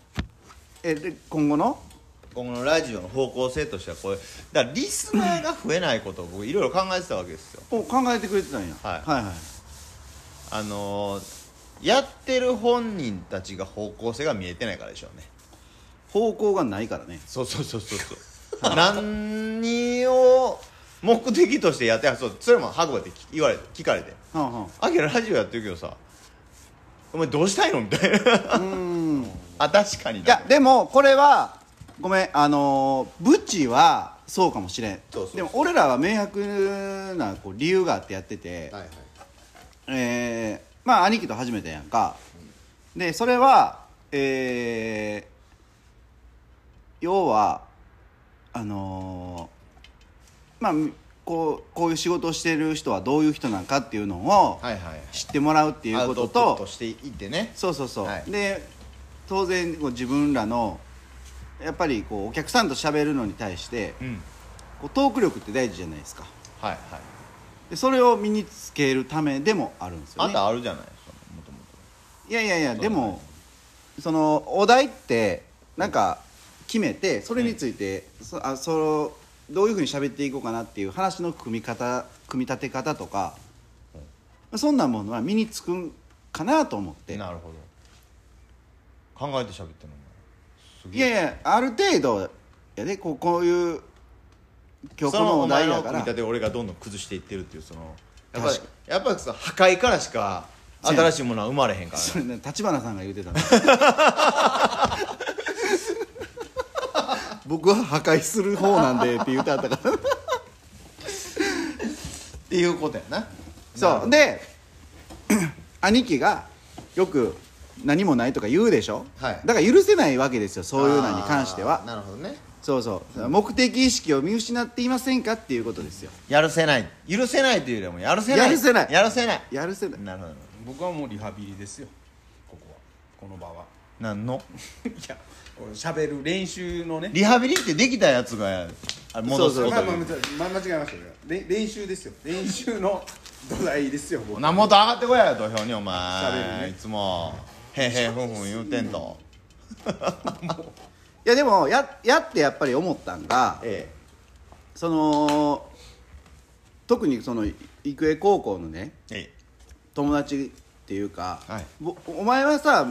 [SPEAKER 1] えで今後の
[SPEAKER 3] 今後のラジオの方向性としてはこれだからリスナーが増えないことを僕いろいろ考えてたわけですよ
[SPEAKER 1] お考えてくれてたんや、
[SPEAKER 3] はい
[SPEAKER 1] はいはい
[SPEAKER 3] あのーやってる本人たちが方向性が見えてないからでしょうね
[SPEAKER 1] 方向がないからね
[SPEAKER 3] そうそうそうそう そう何を目的としてやってはそうそれもハグバって聞言われて聞かれて
[SPEAKER 1] はんはん
[SPEAKER 3] 「あきらラジオやってるけどさお前どうしたいの?」みたいな
[SPEAKER 1] うんい
[SPEAKER 3] あ確かにな
[SPEAKER 1] やでもこれはごめんあのーブチはそうかもしれん
[SPEAKER 3] そうそうそう
[SPEAKER 1] でも俺らは明白なこう理由があってやってて、
[SPEAKER 3] はいはい
[SPEAKER 1] えーまあ兄貴と始めたやんか、でそれはえー要はあのーまあみこうこういう仕事をしてる人はどういう人なんかっていうのを
[SPEAKER 3] はいはい
[SPEAKER 1] 知ってもらうっていう
[SPEAKER 3] ア
[SPEAKER 1] こ
[SPEAKER 3] ウ
[SPEAKER 1] と
[SPEAKER 3] ト
[SPEAKER 1] と
[SPEAKER 3] プ、ットしていってね
[SPEAKER 1] そうそうそう、
[SPEAKER 3] はい
[SPEAKER 1] で当然こう自分らのやっぱりこうお客さんと喋るのに対して
[SPEAKER 3] うん
[SPEAKER 1] こうトーク力って大事じゃないですか
[SPEAKER 3] はいはい
[SPEAKER 1] でそれを身につけるためでもあるんですよ
[SPEAKER 3] あ
[SPEAKER 1] ね
[SPEAKER 3] んたあるじゃないもとも
[SPEAKER 1] いやいやいや
[SPEAKER 3] う
[SPEAKER 1] でもそのお題ってなんか決めてそれについて、そあそどういうふうに喋っていこうかなっていう話の組み方組み立て方とか、そんなものは身につくんかなと思って
[SPEAKER 3] となるほど考えて喋ってるのす
[SPEAKER 1] いやいやある程度やでこうこういう曲
[SPEAKER 3] その
[SPEAKER 1] の
[SPEAKER 3] お
[SPEAKER 1] お
[SPEAKER 3] 前
[SPEAKER 1] 題
[SPEAKER 3] の
[SPEAKER 1] だか
[SPEAKER 3] 組み
[SPEAKER 1] ら
[SPEAKER 3] 立てを俺がどんどん崩していってるっていうそのやっぱ
[SPEAKER 1] 確
[SPEAKER 3] りやっぱりその破壊からしか新しいものは生まれへんから
[SPEAKER 1] それね立花さんが言うてたの 僕は破壊する方なんでって言うてあ ったから
[SPEAKER 3] っていうことやな
[SPEAKER 1] そうで 兄貴がよく何もないとか言うでしょ、
[SPEAKER 3] はい
[SPEAKER 1] だから許せないわけですよそういうのに関しては
[SPEAKER 3] なるほどね
[SPEAKER 1] そうそう目的意識を見失っていませんかっていうことですよ
[SPEAKER 3] やるせない許せないというよりもやるせない
[SPEAKER 1] やるせない
[SPEAKER 3] やるせない
[SPEAKER 1] やるせない
[SPEAKER 3] なるほど
[SPEAKER 2] 僕はもうリハビリですよここはこの場は
[SPEAKER 3] なんの
[SPEAKER 2] いやこれ喋る練習のね
[SPEAKER 3] リハビリってできたやつがあ戻す
[SPEAKER 1] そう
[SPEAKER 3] こ
[SPEAKER 2] まあ
[SPEAKER 3] と
[SPEAKER 2] まあまあ間違えましたよれ練習ですよ練習の土台ですよ僕
[SPEAKER 3] なもっと上がってこいや土俵に
[SPEAKER 2] 喋
[SPEAKER 3] お
[SPEAKER 2] る
[SPEAKER 3] 前
[SPEAKER 2] ね
[SPEAKER 3] いつもへんへんふんふん言うてんと
[SPEAKER 1] いやでもややってやっぱり思ったんが
[SPEAKER 3] え
[SPEAKER 1] その特にその育英高校のね
[SPEAKER 3] ええ
[SPEAKER 1] 友達っていうか、
[SPEAKER 3] はい
[SPEAKER 1] ぼお前はさ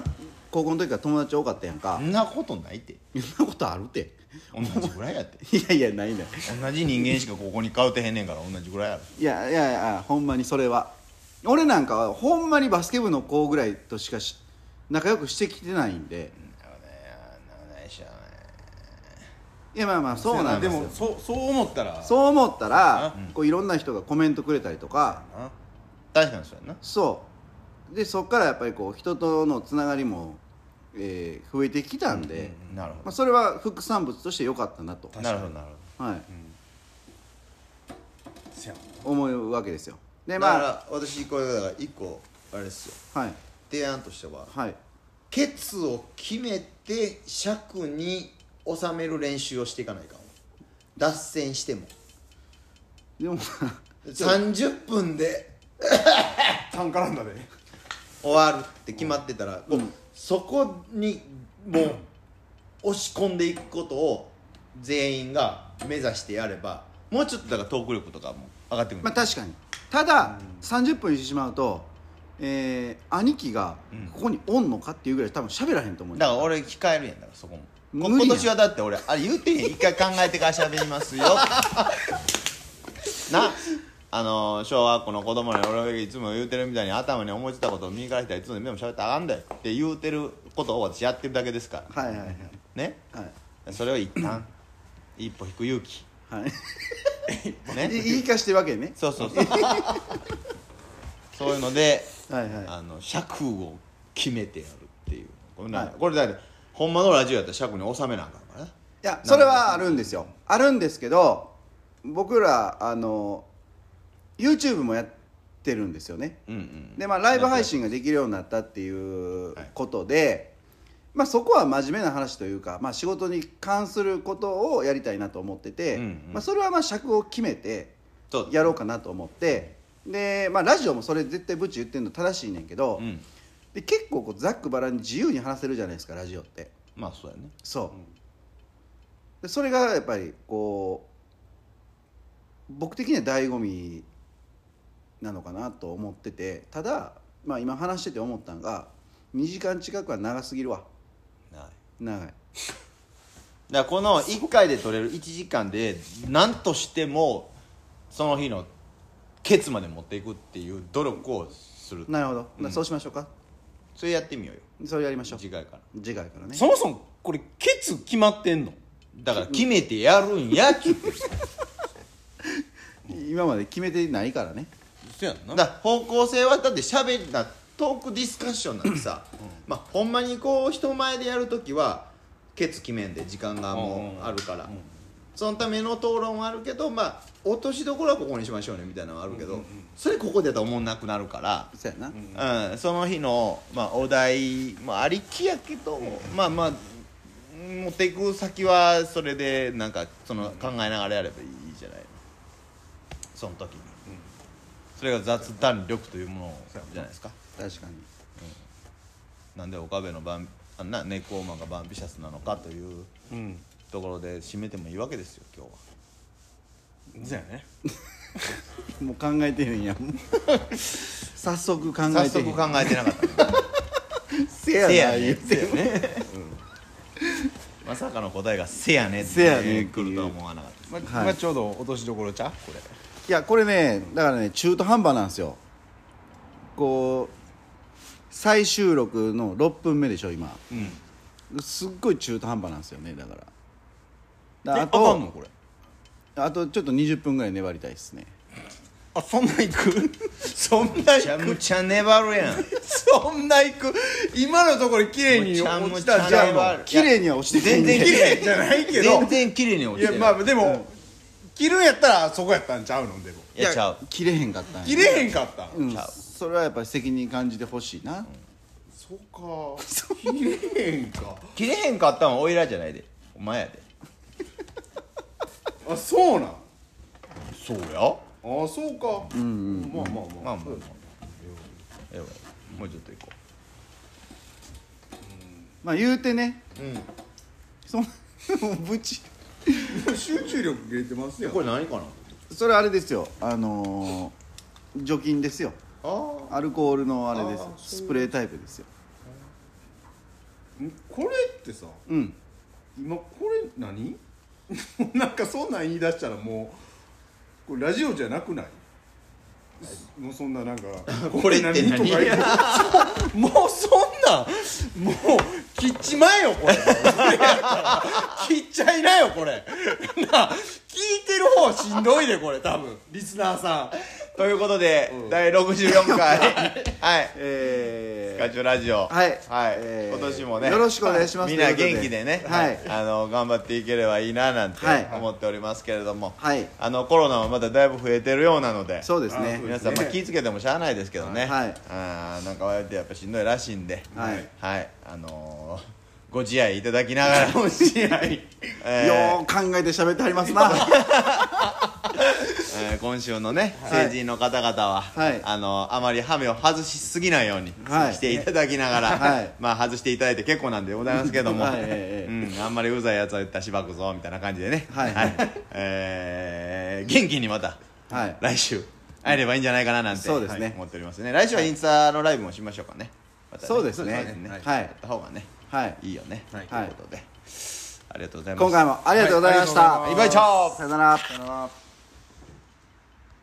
[SPEAKER 1] 高校の時から友達多かったやん
[SPEAKER 3] え
[SPEAKER 1] か
[SPEAKER 3] そんなことないって
[SPEAKER 1] そんなことあるって
[SPEAKER 3] 同じぐらいやって
[SPEAKER 1] いやいやないない
[SPEAKER 3] 同じ人間しかここに通ってへんねんから同じぐらいやろ
[SPEAKER 1] いやいやいやほんまにそれは俺なんかはほんまにバスケ部の子ぐらいとしかし仲良くしてきてないんで
[SPEAKER 3] ないし
[SPEAKER 1] いやまあまあそうなんですよ
[SPEAKER 2] でもそうそう思ったら
[SPEAKER 1] そう思ったら、こういろんな人がコメントくれたりとか
[SPEAKER 2] な
[SPEAKER 3] 確かにそうやな
[SPEAKER 1] そうでそっからやっぱりこう人とのつながりも、えー増えてきたんで、
[SPEAKER 3] なるほ
[SPEAKER 1] まあ、それは副産物として良かったなと
[SPEAKER 3] ど、なるほどなるほ
[SPEAKER 1] はい、
[SPEAKER 2] せやもん
[SPEAKER 1] 思うわけですよで
[SPEAKER 3] どだか
[SPEAKER 1] まあ
[SPEAKER 3] ら私これだから一個あれですよ
[SPEAKER 1] はい
[SPEAKER 3] 提案としては
[SPEAKER 1] はい
[SPEAKER 3] ケツを決めて尺に収める練習をしていかないかも脱線しても
[SPEAKER 1] でも
[SPEAKER 3] 30分で
[SPEAKER 2] 単絡んだで
[SPEAKER 3] 終わるって決まってたら、こうそこにもう押し込んでいくことを全員が目指してやればもうちょっとだからトーク力とかも上がってくる、
[SPEAKER 1] まあ確かにただ、30分にしてしまうとえー、兄貴がここにおんのかっていうぐらい多分喋らへんと思う
[SPEAKER 3] だから俺控えるんやんだからそこもこ
[SPEAKER 1] 無理やん
[SPEAKER 3] 今年はだって俺あれ言うてへん一回考えてから喋 りますよなあのー小学校の子供に俺がいつも言うてるみたいに頭に思いついたことを右から左いつも目も喋ってあかんだよって言うてることを私やってるだけですから
[SPEAKER 1] はいはいはい
[SPEAKER 3] ね
[SPEAKER 1] は
[SPEAKER 3] それを一旦 一歩引く勇気
[SPEAKER 1] い、はい
[SPEAKER 3] ね
[SPEAKER 1] い 言い返してるわけね
[SPEAKER 3] そうそう そうそういうので、
[SPEAKER 1] はいはい
[SPEAKER 3] あの尺を決めてやるっていうこれ,、
[SPEAKER 1] はい
[SPEAKER 3] これだってほんまのラジオやったら尺に収めなあかんからない
[SPEAKER 1] やそれはあるんですよあるんですけど僕らあの YouTube もやってるんですよね、
[SPEAKER 3] うんうん
[SPEAKER 1] でまあライブ配信ができるようになったっていうことで、まあ、そこは真面目な話というか、まあ、仕事に関することをやりたいなと思ってて、
[SPEAKER 3] うんうん
[SPEAKER 1] まあ、それはまあ尺を決めて
[SPEAKER 3] そう
[SPEAKER 1] やろうかなと思ってで、まあ、ラジオもそれ絶対ブチ言ってるの正しいねんけど、
[SPEAKER 3] うん
[SPEAKER 1] で結構こうざっくばらんに自由に話せるじゃないですかラジオって。
[SPEAKER 3] まあそうやね
[SPEAKER 1] そう、でそれがやっぱりこう僕的には醍醐味なのかなと思っててただ、まあ、今話してて思ったのが2時間近くは長すぎるわ
[SPEAKER 3] はい
[SPEAKER 1] 長い
[SPEAKER 3] だからこの1回で取れる1時間で何としてもその日のケツまで持っていくっていう努力をする
[SPEAKER 1] なるほど、なそうしましょうか
[SPEAKER 3] それやってみようよ
[SPEAKER 1] それやりましょう
[SPEAKER 3] 次回から
[SPEAKER 1] 次回からね
[SPEAKER 2] そもそもこれケツ決まってんの
[SPEAKER 3] だから決めてやるんやっちゅうてる
[SPEAKER 1] 今まで決めてないからね
[SPEAKER 2] せやんな
[SPEAKER 3] だから方向性はだってしゃべりなトークディスカッションなんてさ、まあ、ほんまにこう人前でやるときはケツ決めんで時間がもうあるから、そのための討論はあるけどまあ落としどころはここにしましょうねみたいなのはあるけど、それここでやったらおもんなくなるから、
[SPEAKER 1] そうやな、
[SPEAKER 3] うんその日の、まあ、お題もありきやけど、まあまあ持っていく先はそれでなんかその考えながらやればいいじゃないのその時に、それが雑談力というものじゃないですか
[SPEAKER 1] 確かに
[SPEAKER 3] なんで岡部のバンあんな猫馬がバンビシャスなのかという
[SPEAKER 2] うん
[SPEAKER 3] ところで締めてもいいわけですよ今日は
[SPEAKER 2] せやね
[SPEAKER 1] もう考えてるんやもう 早速考えてへん
[SPEAKER 3] 早速考えてなかったね
[SPEAKER 1] せやな
[SPEAKER 3] せやね
[SPEAKER 1] 言うて
[SPEAKER 3] まさかの答えが「せやね」って
[SPEAKER 1] せやね
[SPEAKER 3] 来るとは思わなかったです
[SPEAKER 2] ま
[SPEAKER 1] はい
[SPEAKER 2] まちょうど落としどころちゃうこれ
[SPEAKER 1] いやこれねだからね中途半端なんですよこう再収録の6分目でしょ今
[SPEAKER 2] うん
[SPEAKER 1] すっごい中途半端なんですよねだから
[SPEAKER 2] え
[SPEAKER 1] だ
[SPEAKER 2] あ
[SPEAKER 1] か
[SPEAKER 2] からんのこれ
[SPEAKER 1] あとあとちょっと20分ぐらい粘りたいですね
[SPEAKER 2] あそんなん行く
[SPEAKER 5] そんな
[SPEAKER 3] むちゃむちゃ粘るやん
[SPEAKER 2] そんな行く今のところ綺麗に落ちたんじゃん
[SPEAKER 3] むちゃむちゃ粘る
[SPEAKER 1] 綺麗には落ちてないん
[SPEAKER 3] 全
[SPEAKER 1] で
[SPEAKER 3] 然
[SPEAKER 2] 綺麗じゃないけど
[SPEAKER 3] 全然綺麗に落
[SPEAKER 2] い
[SPEAKER 3] ち
[SPEAKER 2] や
[SPEAKER 3] てる
[SPEAKER 2] まあでも、着るんやったらそこやったんちゃうのでも
[SPEAKER 3] いやちゃう
[SPEAKER 1] 切れへんかったんや
[SPEAKER 2] 着れへんかった、
[SPEAKER 1] うんそれはやっぱり責任感じてほしいな
[SPEAKER 2] そうか着れへんか
[SPEAKER 3] 切れへんかったんはおいらじゃないでお前やで
[SPEAKER 2] あそうなん
[SPEAKER 3] そうや
[SPEAKER 2] あそうか、まあまあま
[SPEAKER 3] ま
[SPEAKER 2] あ、
[SPEAKER 3] あまあまあやばいもうちょっと行こ
[SPEAKER 1] まあ言うてねそんなもうぶち
[SPEAKER 2] 集中力切れてますよ
[SPEAKER 3] うこれ何かな
[SPEAKER 1] それあれですよあのー除菌ですよ
[SPEAKER 3] あ
[SPEAKER 1] アルコールのあれですよ
[SPEAKER 2] あー
[SPEAKER 1] スプレータイプですよ
[SPEAKER 2] これってさ
[SPEAKER 1] うん
[SPEAKER 2] 今これ何 なんかそんなん言い出したらもうこれラジオじゃなくないもうそんななんか
[SPEAKER 3] これって何
[SPEAKER 2] とか言うもうそんなんもう切っちまえよこれ切っちゃいなよこれなあ聞いてる方しんどいでこれ多分リスナーさ
[SPEAKER 3] ということで、
[SPEAKER 2] うん
[SPEAKER 3] 第64回はい
[SPEAKER 1] え
[SPEAKER 3] ガチョラジオ
[SPEAKER 1] はい
[SPEAKER 3] はい
[SPEAKER 1] えー
[SPEAKER 3] 今年もね
[SPEAKER 1] よろしくお願いします
[SPEAKER 3] みんな
[SPEAKER 1] ということ
[SPEAKER 3] 元
[SPEAKER 1] で
[SPEAKER 3] 気でね
[SPEAKER 1] はい
[SPEAKER 3] あの頑張っていければいいななんて
[SPEAKER 1] はい
[SPEAKER 3] 思っておりますけれども
[SPEAKER 1] はい
[SPEAKER 3] あのコロナはまだだいぶ増えてるようなので
[SPEAKER 1] ーそうです
[SPEAKER 2] あーそう
[SPEAKER 1] ね
[SPEAKER 3] 皆さん、まあ、
[SPEAKER 2] ね
[SPEAKER 3] 気ぃつけてもしゃあないですけどね、
[SPEAKER 1] はい
[SPEAKER 3] あーなんか割ってやっぱしんどいらしいんで
[SPEAKER 1] は、
[SPEAKER 3] はいあのーご自愛いただき ながら、
[SPEAKER 2] ん試合
[SPEAKER 3] えー
[SPEAKER 1] よう考えて喋ってはり ますな
[SPEAKER 3] えー今週のね
[SPEAKER 1] はい
[SPEAKER 3] 成人の方々は、
[SPEAKER 1] はい
[SPEAKER 3] あのーあまりハメを外しすぎないように
[SPEAKER 1] はい
[SPEAKER 3] していただきながら、
[SPEAKER 1] はい
[SPEAKER 3] まあ外していただいて結構なんでございますけども、
[SPEAKER 1] はいえ
[SPEAKER 3] うん、あんまりうざいやつは言ったらしばくぞみたいな感じでね、
[SPEAKER 1] はい
[SPEAKER 3] えー元気にまた
[SPEAKER 1] はい
[SPEAKER 3] 来週会えればいいんじゃないかななんて
[SPEAKER 1] そうですね
[SPEAKER 3] はい思っておりますね来週はインスタのライブもしましょうかね,、またね
[SPEAKER 1] そうですね
[SPEAKER 3] は
[SPEAKER 1] はいい
[SPEAKER 3] やった方がね
[SPEAKER 1] はい
[SPEAKER 3] いいよね、
[SPEAKER 2] はい
[SPEAKER 3] ということで、ありがとうございます
[SPEAKER 1] 今回もありがとうございました、
[SPEAKER 2] はいありがとうございます
[SPEAKER 3] バイバイチャオ
[SPEAKER 1] さよなら
[SPEAKER 2] さよなら